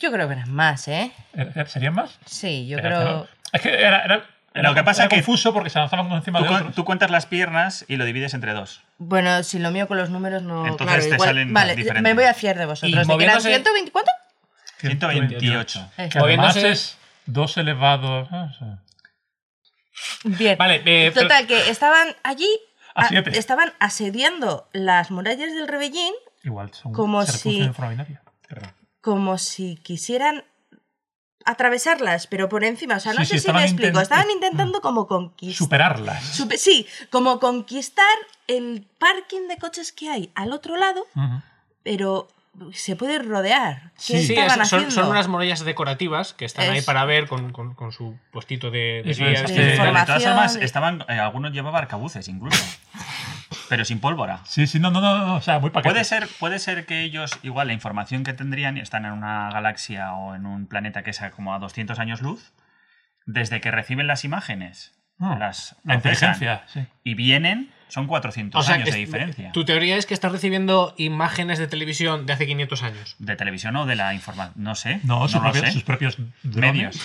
A: Yo creo que eran más, ¿eh?
C: ¿Er- er- ¿Serían más?
A: Sí, yo
C: Era-
A: creo.
C: Es que era. era- era-
D: Lo que pasa
C: era
D: que-
C: confuso porque se avanzaban uno encima
D: Tú,
C: de
D: cu-
C: otro.
D: tú cuentas las piernas y lo divides entre dos.
A: Bueno, si lo mío con los números no.
D: Entonces
A: claro,
D: te
A: igual-
D: salen
A: Vale,
D: diferentes.
A: me voy a fiar de vosotros.
B: Y
A: de que eran
B: moviéndose-
A: 120, ¿cuánto?
D: 128.
A: Eh,
C: Que además
B: Moviéndose-
C: es dos elevados. ah, sí.
A: Bien.
B: Vale, eh, pero-
A: Total, que estaban allí.
C: A
A: a-
C: siete.
A: estaban asediando las murallas del Rebellín
C: Igual son.
A: Como
C: se reproducen
A: si-
C: en forma binaria. Perdón.
A: como si quisieran atravesarlas, pero por encima. O sea, no
C: Sí, sí,
A: sé si
C: estaban
A: me explico.
C: intent-
A: Estaban intentando como conquistar.
C: Superarlas.
A: Supe- sí, como conquistar el parking de coches que hay al otro lado,
C: Ujú.
A: pero se puede rodear. ¿Qué
B: Sí,
A: estaban
B: es- son,
A: haciendo?
B: son unas murallas decorativas que están ahí
A: Es-
B: para ver con, con- con su postito de, de
C: Eso
B: guía,
C: es,
B: este,
C: sí.
B: de-
D: Pero Eh, de todas
A: Información
D: formas,
A: de-
D: estaban, eh, algunos llevaban arcabuces incluso. pero sin pólvora.
C: Sí, sí, no, no, no, no, o sea, muy paquete.
D: Puede ser, puede ser que ellos, igual la información que tendrían, están en una galaxia o en un planeta que es a como a 200 años luz, desde que reciben las imágenes,
C: Ah,
D: las
C: La
D: procesan
C: inteligencia, sí.
D: y vienen, son 400
B: O sea,
D: años
B: que
D: de
B: es-
D: diferencia.
B: Tu teoría es que estás recibiendo imágenes de televisión de hace 500 años.
D: De televisión o de la información, no sé.
C: No,
D: No,
C: sus,
D: lo
C: propios,
D: sé.
C: sus propios drones.
D: Medios,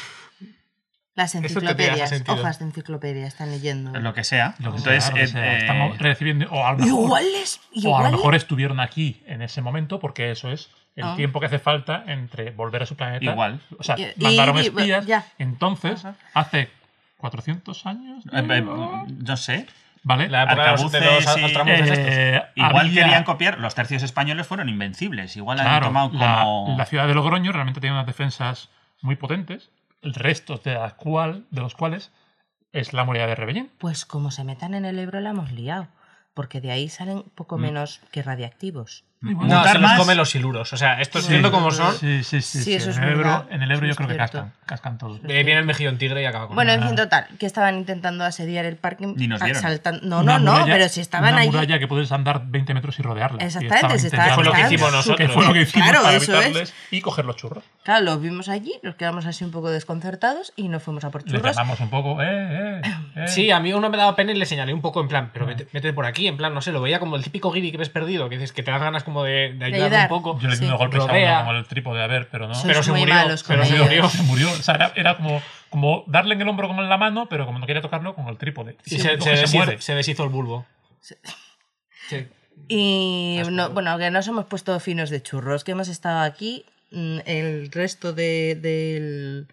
A: Las
B: Eso tendría
A: enciclopedias,
B: sentido.
A: hojas de enciclopedia están leyendo.
D: lo que sea.
C: Lo que sea,
D: Entonces,
C: lo que
D: eh,
C: sea,
D: eh,
C: estamos recibiendo. O a lo mejor,
A: Igual es.
C: o a lo
A: igual-
C: mejor estuvieron aquí en ese momento, porque eso es el
A: Ah.
C: tiempo que hace falta entre volver a su planeta.
D: Igual.
C: O sea,
A: Y-
C: mandaron
A: y- y-
C: espías.
A: ya.
C: Entonces,
A: Ajá.
C: hace 400 años.
D: eh, eh, no sé.
C: ¿Vale?
B: La época de los- de los
D: Arcabuces y-
B: altramuces estos.
C: Eh,
D: Igual
C: había-
D: querían copiar. Los tercios españoles fueron invencibles. Igual han
C: Claro,
D: tomado
C: la-
D: como.
C: la, ciudad de Logroño realmente tiene unas defensas muy potentes, el resto de, la cual, de los cuales es la muralla de Rebellín. Mm.
A: Pues como se metan en el Ebro la hemos liado. Porque de ahí salen poco menos que radiactivos.
C: Muy bueno.
B: No,
D: Mutar
B: se los
D: más.
B: comen los siluros. O sea, estos
A: Sí.
B: siendo como son,
C: Sí, sí, sí.
A: Sí,
C: sí.
A: eso es
C: en, el Ebro,
A: verdad.
C: en el Ebro
A: Eso
C: yo
A: es
C: creo que
A: cierto.
C: cascan. Cascan todos.
B: eh, viene el mejillón tigre y acaba con
A: Bueno, en
B: una-
A: fin, total, que estaban intentando asediar el parque.
D: Ni nos vieron.
A: asaltan- No,
C: Una
A: no, no,
C: muralla-
A: pero si estaban
C: una
A: allí.
C: muralla que puedes andar 20 metros y rodearla. Y
A: Exactamente,
C: estaban
A: se estaba-
B: Que fue lo que
C: intentando-
B: hicimos nosotros.
C: Que fue lo que hicimos
A: Claro,
C: para
A: eso es.
C: evitarles y coger los churros.
A: Claro, los vimos allí, nos quedamos así un poco desconcertados y nos fuimos a por
C: Les
A: churros.
C: llamamos un poco, eh, eh, eh.
B: Sí, a mí uno me daba pena y le señalé un poco en plan, pero vete, vete por aquí, en plan, no sé, lo veía como el típico guiri que ves perdido, que dices que te das ganas como de, de ayudar,
A: ayudar.
B: un poco.
C: Yo le di
A: Sí.
C: unos golpes a
B: Rodea.
C: uno como el trípode, a ver, pero no.
A: Sois
B: pero se
A: muy
B: murió,
A: malos con
B: pero se
A: ellas.
B: murió.
C: Se murió. O sea, era, era como, como darle en el hombro con la mano, pero como no quería tocarlo, con el trípode.
B: Y se, se
C: Coge y
B: deshizo,
C: muere.
B: se deshizo el bulbo. Sí.
A: Y
B: Asco.
A: no- bueno, que nos hemos puesto finos de churros, que hemos estado aquí mm, el resto de- del,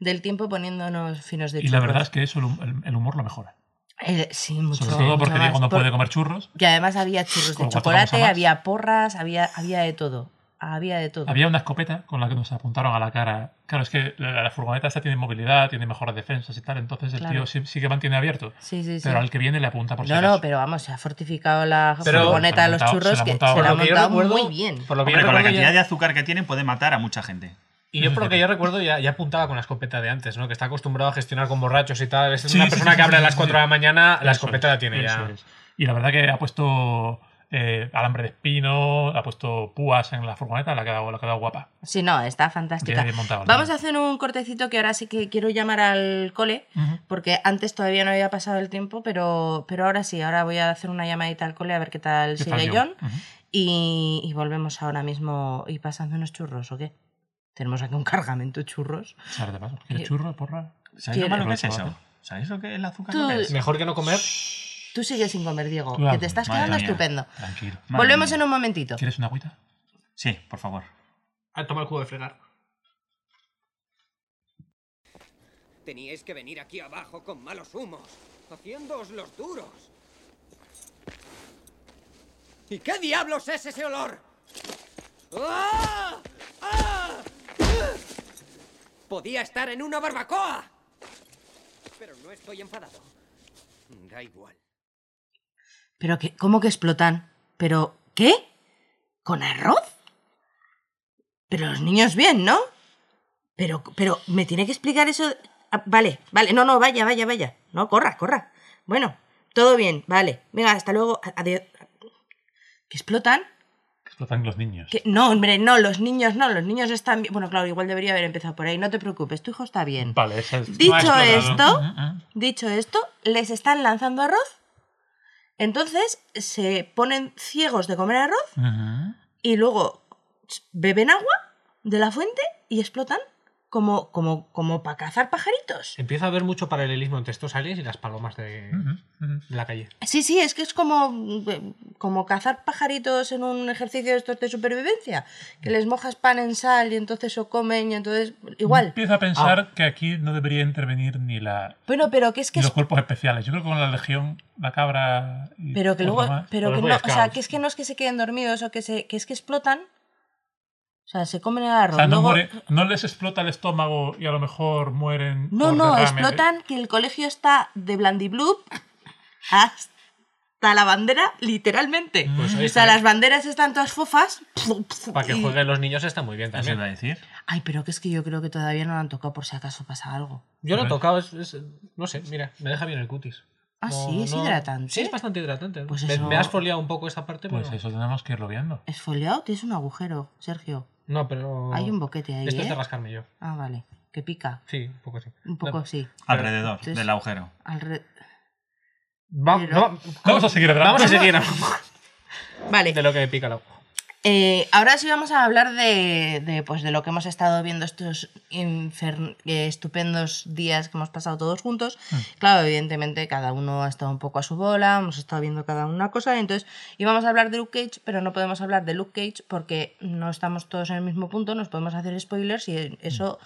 A: del tiempo poniéndonos finos de
C: Y
A: churros.
C: la verdad es que eso, el hum- el, el humor lo mejora.
A: Eh, sí, mucho.
C: Sobre todo
A: mucho
C: porque
A: más.
C: Diego no
A: Por-
C: puede comer churros.
A: Que además había churros de
C: Como cuatro vamos a
A: chocolate,
C: más.
A: había porras, había, había de todo. Había de todo.
C: Había una escopeta con la que nos apuntaron a la cara. Claro, es que la, la furgoneta esta tiene movilidad, tiene mejores defensas y tal, entonces el
A: Claro.
C: tío sí, sí que mantiene abierto.
A: Sí, sí, sí.
C: Pero al que viene le apunta por si
A: No, no,
C: acaso.
A: pero vamos, se ha fortificado la
B: Pero-
A: furgoneta de los
C: se la ha
A: churros
C: montado-
A: que
C: se
A: se
C: la
A: la
C: ha montado.
A: ha
B: Por lo que yo
A: montado
B: recuerdo-
A: muy bien.
B: Por lo que yo
D: Hombre, con la
B: recuerdo ya-
D: cantidad de azúcar que tienen puede matar a mucha gente.
B: Y yo por lo que yo recuerdo ya, ya apuntaba con la escopeta de antes, ¿no? Que está acostumbrado a gestionar con borrachos y tal. Es
C: Sí,
B: una
C: sí,
B: persona
C: sí,
B: que
C: sí,
B: abre a
C: sí,
B: las
C: sí,
B: 4 de
C: sí.
B: la mañana, la
C: Eso
B: escopeta
C: es,
B: la tiene
C: eso
B: ya.
C: es. Y la verdad que ha puesto eh, alambre de espino, ha puesto púas en la furgoneta, la ha quedado, la ha quedado guapa.
A: Sí, no, está fantástica.
C: Bien montado, ¿no?
A: Vamos a hacer un cortecito que ahora sí que quiero llamar al cole,
C: Ujú.
A: porque antes todavía no había pasado el tiempo, pero, pero ahora sí, ahora voy a hacer una llamadita al cole a ver qué tal
C: ¿Qué
A: sigue
C: tal,
A: John.
C: John? Ujú.
A: Y, y volvemos ahora mismo y pasando unos churros, ¿o qué? Tenemos aquí un cargamento de churros.
C: Ahora te paso. ¿Quieres
A: Eh,
C: churro, porra?
D: ¿Sabéis lo
A: Quiero-
D: malo que es
C: Chocolate.
D: eso? ¿Sabéis lo que es el azúcar?
A: Tú-
D: lo que es?
B: Mejor que no comer.
A: Tú sigues sin comer, Diego,
C: Claro,
A: que te estás
D: madre
A: quedando
D: mía.
A: estupendo.
C: Tranquilo.
D: Madre
A: volvemos
D: mía.
A: en un momentito.
C: ¿Quieres una agüita?
D: Sí, por favor.
B: Ah, toma el jugo de fregar.
G: Teníais que venir aquí abajo con malos humos, haciéndoos los duros. ¿Y qué diablos es ese olor? ¡Ah! ¡Ah! ¡Ah! Podía estar en una barbacoa. Pero no estoy enfadado. Da igual.
A: Pero que, ¿cómo que explotan? ¿Pero qué? ¿Con arroz? Pero los niños bien, ¿no? Pero, pero, ¿me tiene que explicar eso? Ah, vale, vale, no, no, vaya, vaya, vaya. No, corra, corra. Bueno, todo bien, vale. Venga, hasta luego. a- Adiós. ¿Que explotan?
C: Que explotan los niños.
A: ¿Que- No, hombre, no, los niños no, los niños están bien. Bueno, claro, igual debería haber empezado por ahí. No te preocupes, tu hijo está bien.
C: Vale, esa es...
A: Dicho
C: no ha explotado.
A: esto-
C: Ujú, ujú.
A: Dicho esto, les están lanzando arroz. Entonces se ponen ciegos de comer arroz
C: Ujú.
A: y luego ch- beben agua de la fuente y explotan como, como, como para cazar pajaritos.
B: Empieza a haber mucho paralelismo entre estos aliens y las palomas de, de la calle.
A: Sí, sí, es que es como, mm, como cazar pajaritos en un ejercicio de estos de supervivencia,
C: Mm.
A: que les mojas pan en sal y entonces se comen y entonces igual.
C: Empiezo a pensar que aquí no debería intervenir ni la
A: Bueno, pero que es que
C: ni
A: es
C: los cuerpos especiales. Yo creo que con la legión, la cabra y
A: Pero que
B: Pues
C: otra
A: luego,
C: más.
A: pero
B: Con
A: que
B: los
A: no,
B: Boy
A: o sea,
B: Scouts.
A: que es que no es que se queden dormidos o que se, que es que explotan. O sea, se comen el arroz.
C: O sea, no,
A: luego-
C: muere- no les explota el estómago y a lo mejor mueren.
A: no,
C: por
A: no,
B: ¿eh?
C: derrame.
A: explotan que el colegio está de blandiblue hasta la bandera, literalmente.
B: Pues ahí
A: o sea,
B: está.
A: Mm, las banderas están todas fofas.
B: Para que
A: y-
B: jueguen los niños está muy bien
D: ¿Eso
B: también.
D: iba a decir?
A: Ay, pero que es que yo creo que todavía no lo han tocado por si acaso pasa algo.
B: Yo lo he
C: ¿Ves?
B: tocado, es, es- no sé, mira, me deja bien el cutis.
A: Ah,
B: No,
A: sí, es
B: no-
A: hidratante.
B: Sí, es bastante hidratante.
A: Pues
B: me,
A: eso-
B: me has foliado un poco esa parte,
C: Pues
B: pero...
C: eso tenemos que irlo viendo.
A: Esfoliado, tienes un agujero, Sergio.
B: No, pero...
A: Hay un boquete ahí.
B: Esto es
A: ¿eh?
B: de rascarme yo.
A: Ah, vale. Que pica.
B: Sí, un poco así.
A: Un poco
B: No,
A: así.
D: Alrededor
A: Entonces-
D: del agujero.
A: Alre-
B: va-
A: Pero-
B: no,
C: Vamos a seguir adelante.
B: vamos a seguir
A: Vale.
B: de lo que me pica el ojo.
A: Eh, ahora sí vamos a hablar de, de, pues, de lo que hemos estado viendo estos infer- eh, estupendos días que hemos pasado todos juntos.
D: Mm.
A: Claro, evidentemente cada uno ha estado un poco a su bola, hemos estado viendo cada uno una cosa, entonces íbamos a hablar de Luke Cage, pero no podemos hablar de Luke Cage porque no estamos todos en el mismo punto, nos podemos hacer spoilers y
D: Mm.
A: eso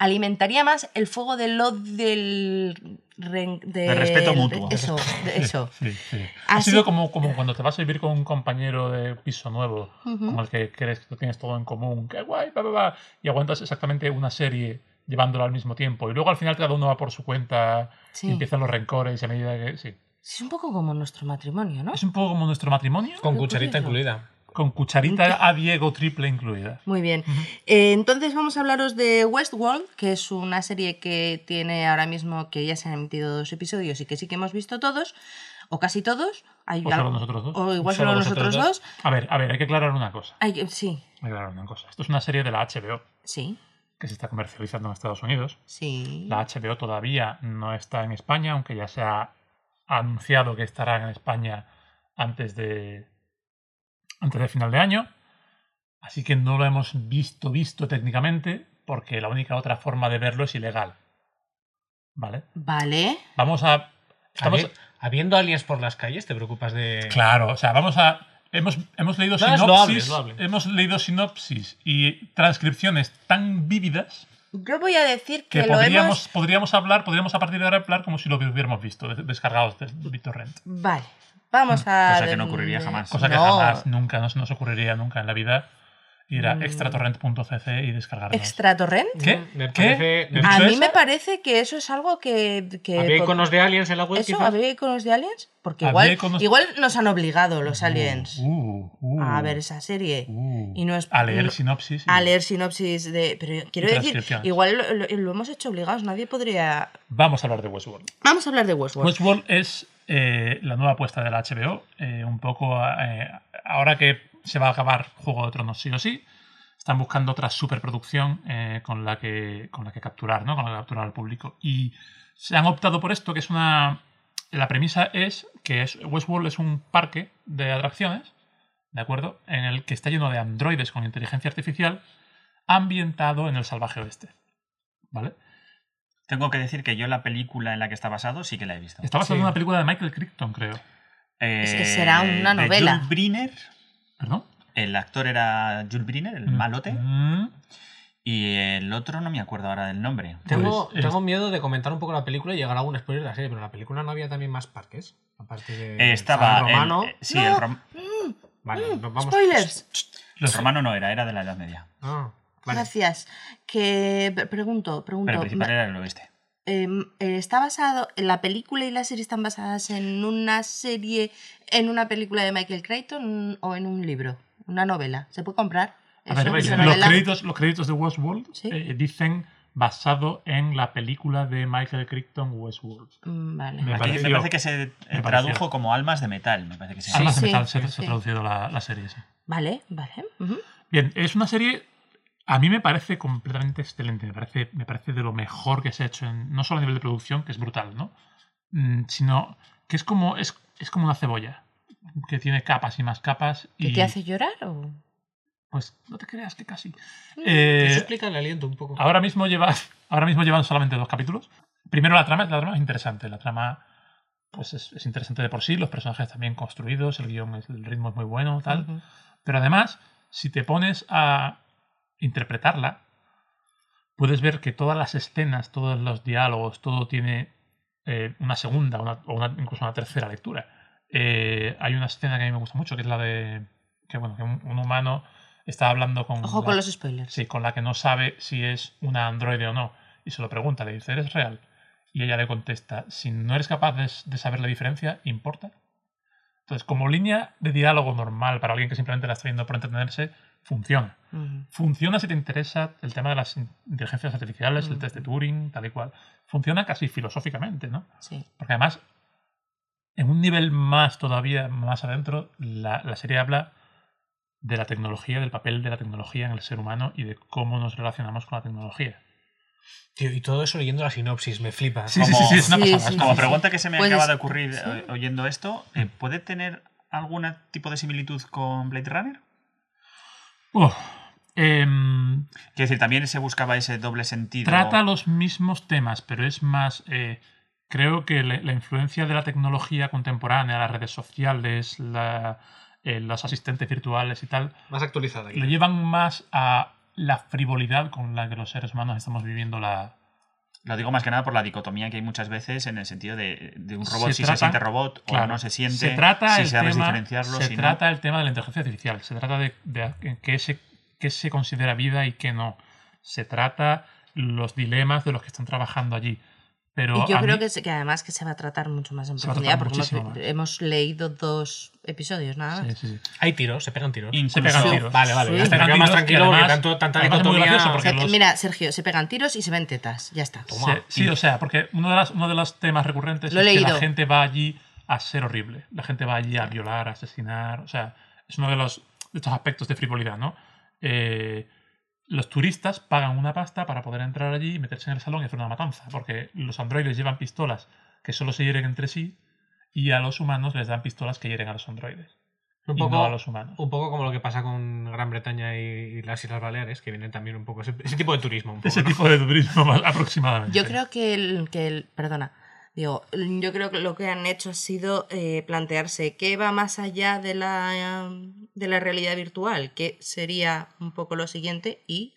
A: alimentaría más el fuego del lo del... ren- del-
D: respeto mutuo.
A: Eso, de eso.
C: Sí, sí. Ha
A: Así-
C: sido como, como cuando te vas a vivir con un compañero de piso nuevo, con el que crees que lo tienes todo en común, qué guay, va, va, va, y aguantas exactamente una serie llevándola al mismo tiempo. Y luego al final cada uno va por su cuenta
A: Sí.
C: y empiezan los rencores y a medida que. Sí.
A: Es un poco como nuestro matrimonio, ¿no?
C: Es un poco como nuestro matrimonio.
B: Con
A: Qué
B: cucharita
A: curioso.
B: incluida.
C: con cucharita a Diego triple incluida.
A: Muy bien. Eh, entonces vamos a hablaros de Westworld, que es una serie que tiene ahora mismo que ya se han emitido dos episodios y que sí que hemos visto todos, o casi todos. Hay
C: O solo
A: algo-
C: nosotros dos.
A: O igual solo, nosotros dos.
C: A ver, a ver, hay que aclarar una cosa.
A: Hay que- sí,
C: Hay que aclarar una cosa. Esto es una serie de la HBO
A: sí,
C: que se está comercializando en Estados Unidos.
A: sí.
C: La HBO todavía no está en España, aunque ya se ha anunciado que estará en España antes de antes de final de año. Así que no lo hemos visto visto técnicamente, porque la única otra forma de verlo es ilegal. ¿Vale?
A: Vale.
C: Vamos a estamos-
B: Habi- Habiendo aliens por las calles, ¿te preocupas de...?
C: claro, o sea, vamos a hemos hemos leído
B: No, es
C: sinopsis,
B: loable, es loable.
C: hemos leído sinopsis y transcripciones tan vívidas
A: Yo voy a decir
C: que,
A: que, lo
C: podríamos,
A: hemos.
C: podríamos hablar, podríamos a partir de ahora hablar como si lo hubiéramos visto, des- descargados de BitTorrent.
A: Vale.
C: Mm.
A: Vamos a.
D: cosa que no ocurriría jamás.
C: Cosa que
A: No.
C: jamás, nunca nos, nos ocurriría nunca en la vida, ir
A: Mm.
C: a extratorrent.cc y descargarnos.
A: ¿Extratorrent?
C: ¿Qué?
B: Me
C: ¿Qué?
B: parece- me
C: ¿Dicho
A: A mí
C: eso?
A: me parece que eso es algo que. que
B: ¿Había
A: pod-
B: iconos de aliens en la web,
A: Eh, ¿Eso?
B: quizás?
A: ¿Había iconos de aliens? Porque
C: Había
A: igual,
C: iconos-
A: igual nos han obligado los aliens
C: Uh, uh,
A: a ver esa serie.
C: uh.
A: y no es-
C: a leer
A: no-
C: sinopsis. y-
A: A leer sinopsis de. Pero yo- quiero decir,
C: transcripciones.
A: igual lo, lo- lo hemos hecho obligados, nadie podría.
C: Vamos a hablar de Westworld.
A: Vamos a hablar de Westworld.
C: Pues Westworld es eh, la nueva apuesta de la HBO. eh, un poco eh, ahora que se va a acabar Juego de Tronos sí o sí, están buscando otra superproducción eh, con, la que, con la que capturar, ¿no? Con la que capturar al público. Y se han optado por esto, que es una... La premisa es que es, Westworld es un parque de atracciones, ¿de acuerdo? En el que está lleno de androides con inteligencia artificial ambientado en el salvaje oeste, ¿vale?
D: Tengo que decir que yo la película en la que está basado sí que la he visto.
C: Está basado
B: Sí.
C: en una película de Michael Crichton, creo.
D: Eh,
A: Es que será una
D: de
A: novela.
D: Jules Briner.
C: ¿Perdón?
D: El actor era Jules Briner, el malote.
C: Mm.
D: Y el otro no me acuerdo ahora del nombre.
B: Tengo,
C: Pues,
B: tengo miedo de comentar un poco la película y llegar a un spoiler de la serie, pero en la película no había también más parques. Aparte de.
D: Eh, estaba
B: San
D: el-
B: Romano.
D: eh, sí,
A: No.
D: el rom-
B: Vale, nos vamos.
A: Mm, Spoilers.
C: Los-
D: romano no era, era de la Edad Media.
B: Ah, vale.
A: Gracias. Que pre- pregunto,
D: Pero el
A: pregunto.
D: principal era el oeste.
A: em, eh, está basado, la película y la serie están basadas en una serie, en una película de Michael Crichton o en un libro, una novela. ¿Se puede comprar?
C: A
A: ¿Eso?
C: ver, pues,
A: ¿Una
C: los,
A: novela?
C: créditos, los créditos de Westworld
A: Sí.
C: eh, dicen basado en la película de Michael Crichton Westworld.
A: Mm, Vale.
C: Me
D: Aquí
C: pareció-
D: me parece que se eh,
C: me
D: tradujo
C: pareció.
D: como almas de metal, me parece que sí.
C: Almas
A: sí,
C: de Metal se, se
A: sí.
C: ha traducido la, la serie. sí.
A: Vale, vale. ujú.
C: Bien, es una serie. A mí me parece completamente excelente. Me parece, me parece de lo mejor que se ha hecho, en- no solo a nivel de producción, que es brutal, ¿no? Mm, sino que es como, es, es como una cebolla, que tiene capas y más capas.
A: ¿Que
C: Y,
A: te hace llorar o...?
C: Pues no te creas que casi.
B: Eso
C: Eh,
B: explica el aliento un poco.
C: Ahora mismo, lleva, ahora mismo llevan solamente dos capítulos. Primero la trama, la trama es interesante. La trama pues es, es interesante de por sí, los personajes también construidos, el guión, es- el ritmo es muy bueno, tal.
A: Ujú.
C: Pero además, si te pones a interpretarla, puedes ver que todas las escenas, todos los diálogos, todo tiene eh, una segunda una- o una- incluso una tercera lectura. Eh, hay una escena que a mí me gusta mucho, que es la de que bueno, que un, un humano está hablando con
A: Ojo
C: la-
A: con los spoilers.
C: Sí, con la que no sabe si es una androide o no. Y se lo pregunta, le dice, ¿eres real? Y ella le contesta, si no eres capaz de, s- de saber la diferencia, ¿importa? Entonces, como línea de diálogo normal para alguien que simplemente la está viendo por entretenerse, funciona.
A: Ujú.
C: Funciona si te interesa el tema de las in- inteligencias artificiales, el test de Turing, tal y cual. Funciona casi filosóficamente, ¿no?
A: Sí.
C: Porque además, en un nivel más todavía, más adentro, la, la serie habla de la tecnología, del papel de la tecnología en el ser humano y de cómo nos relacionamos con la tecnología.
B: Tío, y todo eso leyendo la sinopsis, me flipa.
C: Sí, sí, sí, sí, es una
A: Sí,
C: pasada.
A: sí,
C: es
D: Como
C: como-
D: pregunta que se me
A: Pues
D: acaba
A: es-
D: de ocurrir
A: sí.
D: eh, oyendo esto, eh,
C: Mm.
D: ¿puede tener algún tipo de similitud con Blade Runner?
C: Uf. Em,
D: Quiero decir, también se buscaba ese doble sentido.
C: trata los mismos temas, pero es más. eh, creo que le- la influencia de la tecnología contemporánea, las redes sociales, la- eh, los asistentes virtuales y tal,
B: Más actualizada.
C: lo llevan más a la frivolidad con la que los seres humanos estamos viviendo la,
D: Lo digo más que nada por la dicotomía que hay muchas veces en el sentido de, de un
C: Se
D: robot si
C: trata-
D: se siente robot
C: Claro.
D: o no se siente,
C: trata
D: si
C: el
D: sabes
C: tema,
D: diferenciarlo,
C: se
D: si no.
C: trata el tema de la inteligencia artificial, se trata de, de qué, se, qué se considera vida y qué no. Se trata los dilemas de los que están trabajando allí. Pero
A: Y yo
C: a
A: creo
C: mí-
A: que, se- que además que se va a tratar mucho más en
C: Se va a
A: profundidad
C: tratar
A: porque hemos,
C: muchísimo más.
A: hemos leído dos episodios nada
C: Sí,
A: más.
C: sí, sí.
B: Hay tiros, se pegan tiros.
D: Incluso-
C: Se pegan tiros.
B: Vale, vale.
A: Sí.
B: Ya está,
C: Se
B: me quedo
C: pegan
B: más
C: tiros y
B: tranquilo porque
C: además-
B: tanto, tanta
C: además es muy
B: dicotomía-
C: gracioso
A: O sea,
C: porque los-
A: Mira, Sergio, se pegan tiros y se ven tetas. Ya está.
B: Toma.
C: Se- sí, o sea, porque uno de, las, uno de los temas recurrentes
A: Lo he
C: es que la
A: leído.
C: gente va allí a ser horrible. La gente va allí a violar, a asesinar. O sea, es uno de, los, de estos aspectos de frivolidad, ¿no? Eh, los turistas pagan una pasta para poder entrar allí y meterse en el salón y hacer una matanza, porque los androides llevan pistolas que solo se hieren entre sí y a los humanos les dan pistolas que hieren a los androides.
B: Un
C: y no
B: poco,
C: a los humanos.
B: un poco como lo que pasa con Gran Bretaña y, y las Islas Baleares, que vienen también un poco ese, ese tipo de turismo. Un poco,
C: Ese
B: ¿no?
C: tipo de turismo más- aproximadamente.
A: Yo creo que el, que el- Perdona. Digo, yo creo que lo que han hecho ha sido eh, plantearse qué va más allá de la, de la realidad virtual, que sería un poco lo siguiente y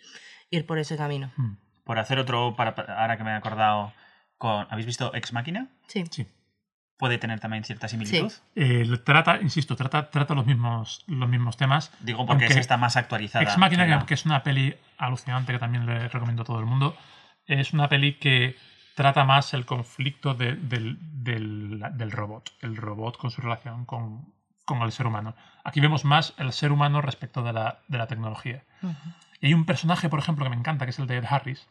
A: ir por ese camino.
C: Hmm,
D: Por hacer otro, para, para- ahora que me he acordado, con, ¿habéis visto Ex Máquina?
A: Sí.
C: Sí.
D: Puede tener también cierta similitud.
C: Eh, lo trata, insisto, trata, trata los, mismos, los mismos temas.
D: Digo porque
C: Aunque
D: esa está más actualizada.
C: Ex Máquina,
D: que
C: que,
D: la-
C: que es una peli alucinante que también le recomiendo a todo el mundo, es una peli que trata más el conflicto de- del, del- del robot, el robot con su relación con, con el ser humano. Aquí vemos más el ser humano respecto de la, de la tecnología. Y hay un personaje, por ejemplo, que me encanta, que es el de Ed Harris,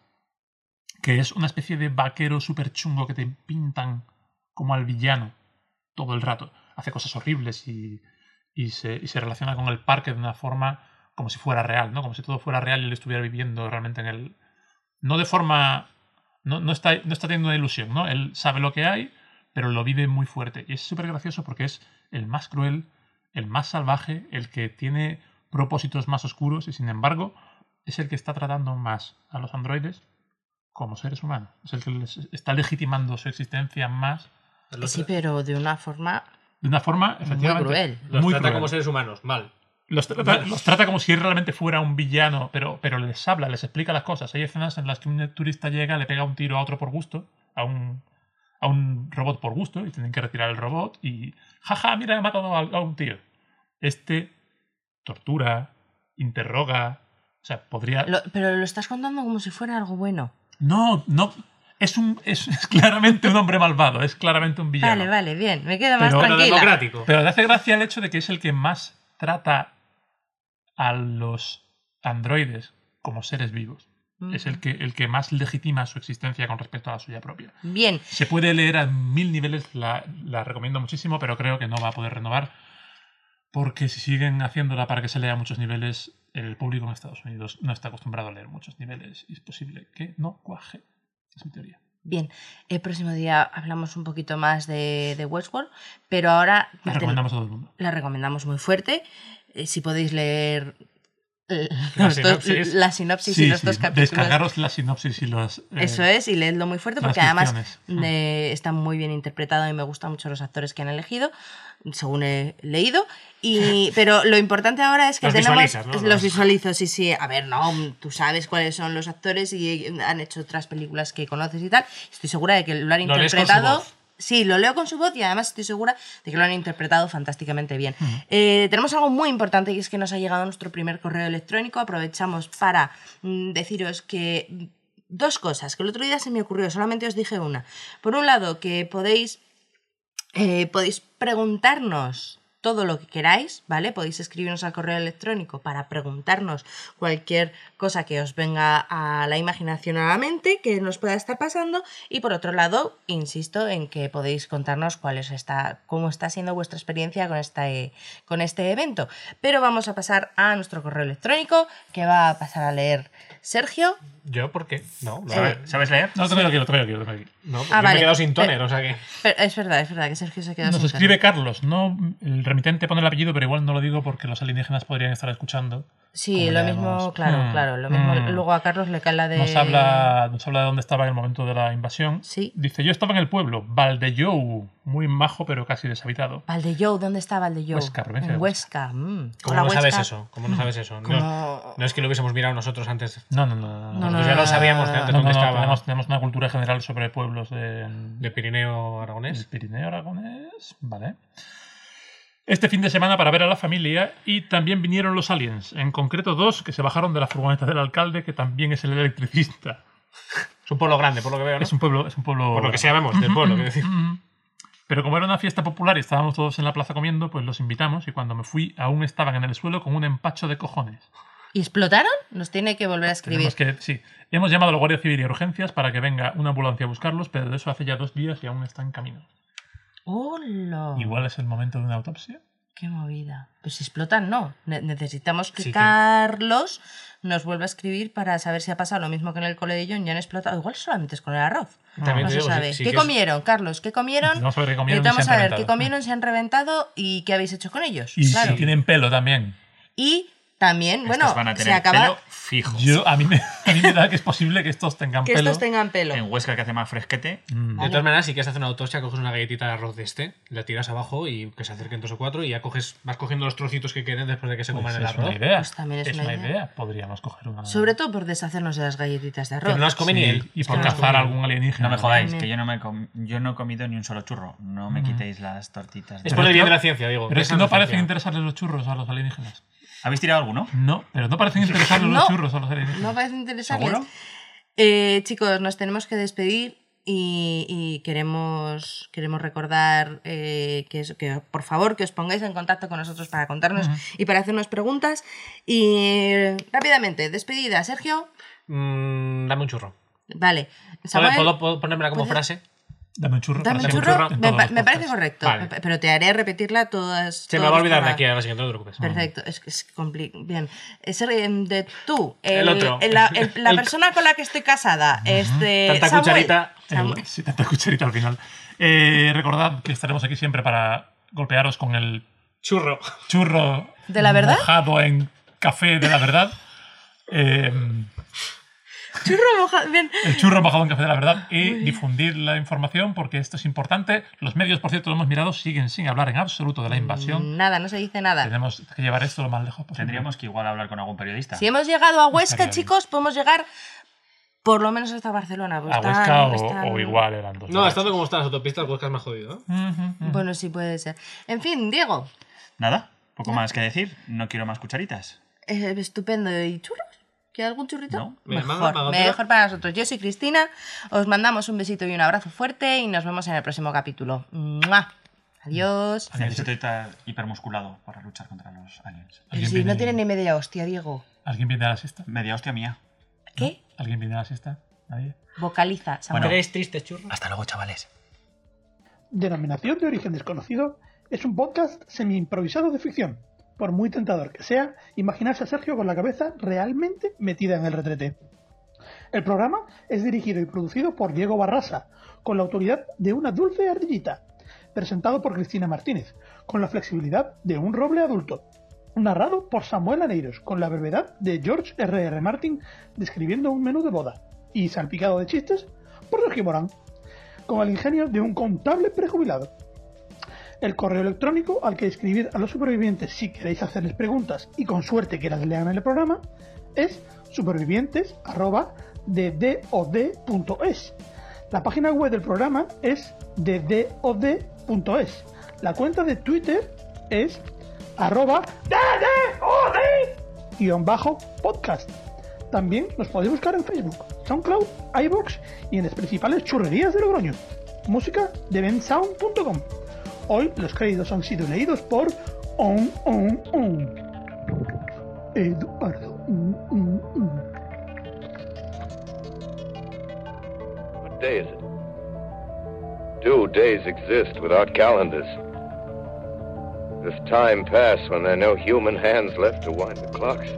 C: que es una especie de vaquero súper chungo que te pintan como al villano todo el rato. Hace cosas horribles y, y se, y se relaciona con el parque de una forma como si fuera real, ¿no? Como si todo fuera real y él estuviera viviendo realmente en el... No de forma... No, no está, no está teniendo una ilusión, ¿no? Él sabe lo que hay, pero lo vive muy fuerte. Y es súper gracioso porque es el más cruel, el más salvaje, el que tiene propósitos más oscuros y sin embargo es el que está tratando más a los androides como seres humanos. Es el que les está legitimando su existencia más
B: Los,
A: Sí, pero de una forma
C: de una forma
A: muy
C: efectivamente
A: cruel.
B: los
C: muy
B: trata
C: cruel.
B: como seres humanos, mal.
C: Los trata, los trata como si él realmente fuera un villano, pero, pero les habla, les explica las cosas. Hay escenas en las que un turista llega, le pega un tiro a otro por gusto, a un, a un robot por gusto, y tienen que retirar el robot y, jaja, mira, he matado a, a un tío. Este tortura, interroga, o sea, podría...
A: Lo- pero lo estás contando como si fuera algo bueno.
C: No, no, es, un, es, es claramente un hombre malvado, es claramente un villano.
A: Vale, vale, bien. Me queda más
C: Pero-
B: Pero
A: tranquila.
B: democrático.
C: Pero te hace gracia el hecho de que es el que más trata a los androides como seres vivos.
A: Mm,
C: Es el que, el que más legitima su existencia con respecto a la suya propia.
A: Bien.
C: Se puede leer a mil niveles, la, la recomiendo muchísimo, pero creo que no va a poder renovar. Porque si siguen haciéndola para que se lea a muchos niveles, el público en Estados Unidos no está acostumbrado a leer muchos niveles y es posible que no cuaje. Es mi teoría.
A: Bien, el próximo día hablamos un poquito más de, de Westworld, pero ahora
C: La
A: te-
C: recomendamos a todo el mundo.
A: la recomendamos muy fuerte. Eh, si podéis leer eh,
B: La
A: los dos-
B: sinopsis.
A: la sinopsis y los dos capítulos.
C: descargaros la sinopsis y las... eh,
A: Eso es, y leedlo muy fuerte porque además
C: transcripciones. Mm.
A: eh, está muy bien interpretado y me gustan mucho los actores que han elegido, según he leído. Y, pero lo importante ahora es que
B: Los
A: tenemos.
B: visualizas, ¿no?
A: Los visualizo, sí, sí. A ver, no, tú sabes cuáles son los actores y han hecho otras películas que conoces y tal. Estoy segura de que lo han
B: Lo lees con su
A: interpretado.
B: voz.
A: Sí, lo leo con su voz y además estoy segura de que lo han interpretado fantásticamente bien. Eh, tenemos algo muy importante y es que nos ha llegado nuestro primer correo electrónico. Aprovechamos para mm, deciros que mm, dos cosas, que el otro día se me ocurrió, solamente os dije una. Por un lado, que podéis eh, podéis preguntarnos todo lo que queráis, ¿vale? Podéis escribirnos al correo electrónico para preguntarnos cualquier cosa que os venga a la imaginación a la mente, que nos pueda estar pasando. Y por otro lado, insisto en que podéis contarnos cuál es esta, cómo está siendo vuestra experiencia con, esta, eh, con este evento. Pero vamos a pasar a nuestro correo electrónico, que va a pasar a leer Sergio.
B: ¿Yo por qué? No, no,
D: ¿Sabe- ¿Sabes leer?
C: No, tengo aquí, lo tengo aquí, lo tengo aquí.
B: no, yo
A: Ah,
B: me
A: vale.
B: he quedado sin
A: Pero-
B: tóner, o sea que...
A: Pero es verdad, es verdad que Sergio se queda
C: Nos
A: sin
C: escribe Carlos, no el remitente pone el apellido, pero igual no lo digo porque los alienígenas podrían estar escuchando.
A: Sí,
C: Como
A: lo
C: ya
A: mismo,
C: hemos-
A: claro,
C: Mm,
A: claro. Lo mismo,
C: mm.
A: luego a Carlos le cae la de.
C: Nos habla, nos habla de dónde estaba en el momento de la invasión.
A: Sí.
C: Dice, yo estaba en el pueblo, Valdellou, muy majo pero casi deshabitado.
A: Valdellou, ¿dónde está Valdellou?
C: Huesca, provincia
A: En
C: de
A: Huesca. mm.
B: ¿Cómo
A: Hola,
B: no sabes
A: Huesca.
B: eso? ¿Cómo no sabes eso? No,
A: Como-
B: no es que lo hubiésemos mirado nosotros antes.
C: No, no, no.
A: No,
C: No,
A: no,
B: Nosotros ya lo sabíamos de
C: no,
B: antes
C: no,
B: dónde Ah, estaba.
C: tenemos, tenemos una cultura general sobre pueblos de,
B: De Pirineo
C: del
B: Aragonés.
C: Pirineo Aragonés. Vale. Este fin de semana para ver a la familia y también vinieron los aliens, en concreto dos que se bajaron de la furgoneta del alcalde, que también es el electricista.
B: Es un pueblo grande, por lo que veo, ¿no?
C: Es un pueblo, es un pueblo.
B: Por lo que
C: grande.
B: sea, vemos, del pueblo, quiero decir.
C: Mm. Pero como era una fiesta popular y estábamos todos en la plaza comiendo, pues los invitamos y cuando me fui aún estaban en el suelo con un empacho de cojones.
A: ¿Y explotaron? Nos tiene que volver a escribir.
C: Tenemos que, sí. Hemos llamado a la Guardia Civil y a urgencias para que venga una ambulancia a buscarlos, pero de eso hace ya dos días y aún está en camino.
A: ¡Hola!
C: Igual es el momento de una autopsia.
A: ¡Qué movida! Pues si explotan, no. Ne- necesitamos que
B: Sí, que-
A: Carlos nos vuelva a escribir para saber si ha pasado lo mismo que en el cole de John. Ya han explotado. Igual solamente es con el arroz.
B: También
A: No
B: te
A: se
B: digo, sí,
A: sabe.
B: sí
A: ¿Qué
B: que es-
A: comieron, Carlos? ¿Qué comieron?
C: Vamos a ver qué comieron. y
A: Necesitamos
C: se han
A: saber qué
C: reventado.
A: comieron, se han reventado y qué habéis hecho con ellos.
C: Y
A: claro.
C: si tienen pelo también.
A: Y también, bueno,
D: Estos van a
A: se
D: tener
A: acaba
D: pelo fijo.
C: Yo, a, mí me, a mí me da que es posible que estos tengan
A: que
C: pelo.
A: estos tengan pelo.
D: En Huesca que hace más fresquete.
C: Mm.
B: De todas maneras, si quieres hacer una autopsia, coges una galletita de arroz de este, la tiras abajo y que se acerquen dos o cuatro y ya coges, vas cogiendo los trocitos que queden después de que se
C: Pues
B: coman el
C: es una
B: arroz.
C: idea.
A: Pues también es una idea.
C: Podríamos coger una.
A: Sobre todo por deshacernos de las galletitas de arroz.
B: Pero no las come
C: Sí,
B: ni él.
C: Y
B: Es que
C: por
B: no las
C: cazar
B: come
C: a
B: ni él.
C: algún alienígena.
D: No me jodáis,
A: Dame.
D: que yo no, me com- yo no he comido ni un solo churro. No me quitéis las tortitas. de-
B: Es por el bien de
C: Pero-
B: la ciencia, digo.
C: Pero es
B: Esa
C: que no
B: es la
C: parecen
B: ciencia.
C: interesarles los churros a los alienígenas.
D: ¿Habéis tirado alguno?
C: No, pero no parecen interesarles
A: No.
C: los churros a los alienígenas.
A: No parece interesarles.
D: ¿Seguro?
A: Eh, chicos, nos tenemos que despedir y, y queremos, queremos recordar eh, que, es- que, por favor, que os pongáis en contacto con nosotros para contarnos y para hacernos preguntas. Y eh, rápidamente, despedida, Sergio.
B: Mm, dame un churro.
A: Vale. Samuel,
B: ¿Puedo, puedo, puedo ponérmela como
A: ¿puedes-
B: frase?
C: Dame un churro.
A: dame
C: para
A: un
C: hacer
A: churro.
C: en
A: Me,
C: todos
A: pa-
C: los
A: me parece
C: podcasts.
A: correcto,
B: Vale.
A: me pa- pero te haré repetirla todas.
B: Se me va
A: todos
B: a
A: los
B: olvidar de
A: programas.
B: aquí a la siguiente, no te preocupes.
A: Perfecto, es que es compli- Bien. Es el em, de tú,
B: El otro.
A: la, el- la
B: El-
A: persona con la que estoy casada, este.
B: Tanta
A: Samuel.
B: cucharita.
A: Samuel.
C: El- eh, sí, tanta cucharita al final. Eh, recordad que estaremos aquí siempre para golpearos con el
B: Churro.
C: churro
A: ¿De la verdad?
C: mojado en café de la verdad. Eh,
A: Churro moja- Bien.
C: el churro mojado en café de la verdad y difundir la información porque esto es importante. Los medios, por cierto, lo hemos mirado, siguen sin hablar en absoluto de la invasión.
A: Mm, Nada, no se dice nada.
C: Tenemos que llevar esto lo más lejos posible.
D: Tendríamos que igual hablar con algún periodista.
A: Si hemos llegado a
C: Estaría
A: Huesca,
C: bien.
A: chicos, podemos llegar por lo menos hasta Barcelona. pues
C: A
A: están-
C: Huesca o,
A: están-
C: o igual eran dos.
B: No, estando como están las autopistas, Huesca es más jodido. ¿eh?
A: Bueno, sí puede ser. En fin, Diego,
D: Nada, poco más que decir. No quiero más cucharitas.
A: eh, estupendo. ¿Y churros? ¿Quieres algún churrito?
D: No.
B: Mira,
A: Mejor,
B: manga, manga,
A: mejor para nosotros. Yo soy Cristina, os mandamos un besito y un abrazo fuerte y nos vemos en el próximo capítulo. ¡Mua! Adiós.
D: Necesito estar hipermusculado para luchar contra los aliens.
A: Pero si no tiene ni media hostia, Diego.
C: ¿Alguien viene a la siesta?
D: Media hostia mía.
A: ¿Qué?
C: ¿Alguien viene a la siesta? ¿Nadie?
A: Vocaliza, Samuel.
B: ¿Tres tristes churros?
D: Hasta luego, chavales.
H: Denominación de origen desconocido es un podcast semi-improvisado de ficción. Por muy tentador que sea, imaginarse a Sergio con la cabeza realmente metida en el retrete. El programa es dirigido y producido por Diego Barrasa, con la autoridad de una dulce ardillita, presentado por Cristina Martínez, con la flexibilidad de un roble adulto, narrado por Samuel Aneiros, con la brevedad de George R.R. Martin describiendo un menú de boda, y salpicado de chistes por Sergio Morán con el ingenio de un contable prejubilado. El correo electrónico al que escribir a los supervivientes si queréis hacerles preguntas y con suerte que las lean en el programa es supervivientes.ddod.es. La página web del programa es ddod.es. La cuenta de Twitter es arroba ddod-podcast. También nos podéis buscar en Facebook, SoundCloud, iBox y en las principales churrerías de Logroño. Música de bensound.com. Hoy los créditos han sido leídos por On On On. Eduardo. Mm, mm, mm.
I: What day is it? Do days exist without calendars? Does time pass when there are no human hands left to wind the clocks?